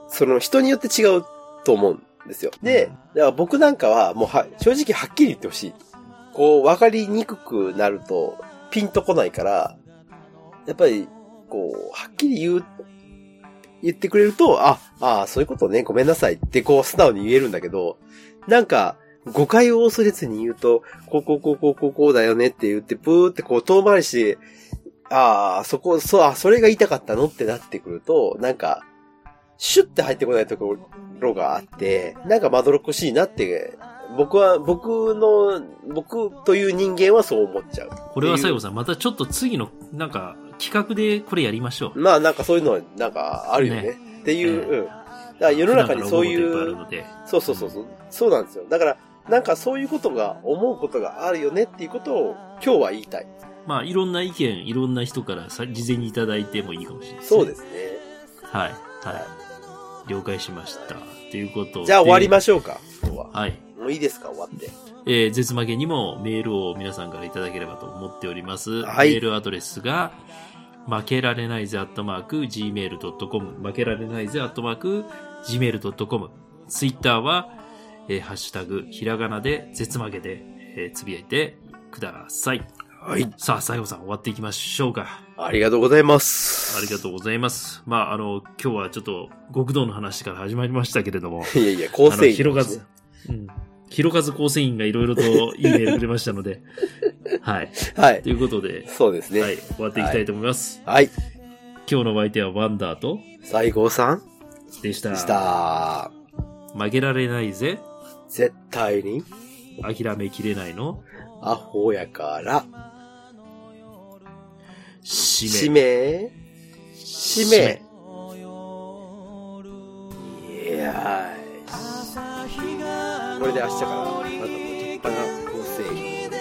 Speaker 3: その人によって違うと思うんですよ。で、だから僕なんかはもうは、正直はっきり言ってほしい。こう、わかりにくくなると、ピンとこないから、やっぱり、こう、はっきり言う、言ってくれると、あ、ああ、そういうことね、ごめんなさいってこう、素直に言えるんだけど、なんか、誤解を恐れずに言うと、こうこうこうこうこうこうだよねって言って、ぷーってこう遠回りして、ああ、そこ、そう、あ、それが言いたかったのってなってくると、なんか、シュッて入ってこないところがあって、なんかまどろっこしいなって、僕は、僕の、僕という人間はそう思っちゃう。
Speaker 2: これは最後さん、またちょっと次の、なんか、企画でこれやりましょう。
Speaker 3: まあなんかそういうのは、なんかあるよね。
Speaker 2: ね
Speaker 3: っていう、
Speaker 2: え
Speaker 3: うん。だから世の中にそうい
Speaker 2: 普段から
Speaker 3: う
Speaker 2: 思、こといっぱいあるので。
Speaker 3: そうそうそうそう、そうなんですよ。だから、なんかそういうことが、思うことがあるよねっていうことを、今日は言いたい。
Speaker 2: まあ、いろんな意見、いろんな人からさ事前にいただいてもいいかもしれない、。
Speaker 3: そうですすね。
Speaker 2: はい。はい。了解しました。ということで。
Speaker 3: じゃあ終わりましょうか、今日は。
Speaker 2: はい。
Speaker 3: もういいですか、終わって。
Speaker 2: えー、絶負けにもメールを皆さんからいただければと思っております。
Speaker 3: はい
Speaker 2: メールアドレスが、負けられないぜ、アットマーク、gmail.com、負けられないぜ、アットマーク、gmail.com。ツイッターは、えーハッシュタグ、ひらがなで、絶負けで、えーつぶやいてください。
Speaker 3: はい。
Speaker 2: さあ、最後さん、終わっていきましょうか。
Speaker 3: ありがとうございます。
Speaker 2: ありがとうございます。まあ、あの、今日はちょっと、極道の話から始まりましたけれども。
Speaker 3: いやいや、構成
Speaker 2: あの広がず、うん。広がず構成員がいろいろといいメールくれましたの *laughs* で。はい。
Speaker 3: はい
Speaker 2: と。いうことで、
Speaker 3: そうですね。は
Speaker 2: はいい、。終わっていきたいと思います。今日のお相手はワンダーと、
Speaker 3: 西郷さん
Speaker 2: でした。
Speaker 3: でした。
Speaker 2: 曲げられないぜ。
Speaker 3: 絶対に、
Speaker 2: 諦めきれないの。
Speaker 3: アホやから、
Speaker 2: 使
Speaker 3: 使
Speaker 2: 命。
Speaker 3: 命、使命。いやーこれで明日から、またもう立派な構成員。
Speaker 2: 名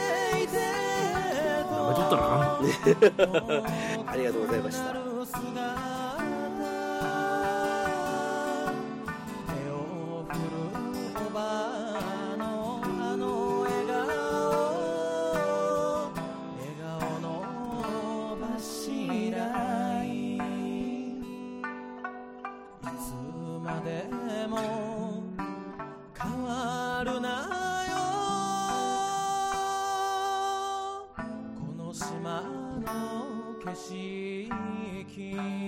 Speaker 2: 前取ったな。
Speaker 3: ありがとうございました。
Speaker 4: 手を振るおばあのあの笑顔笑顔の柱にいつまでも変わしき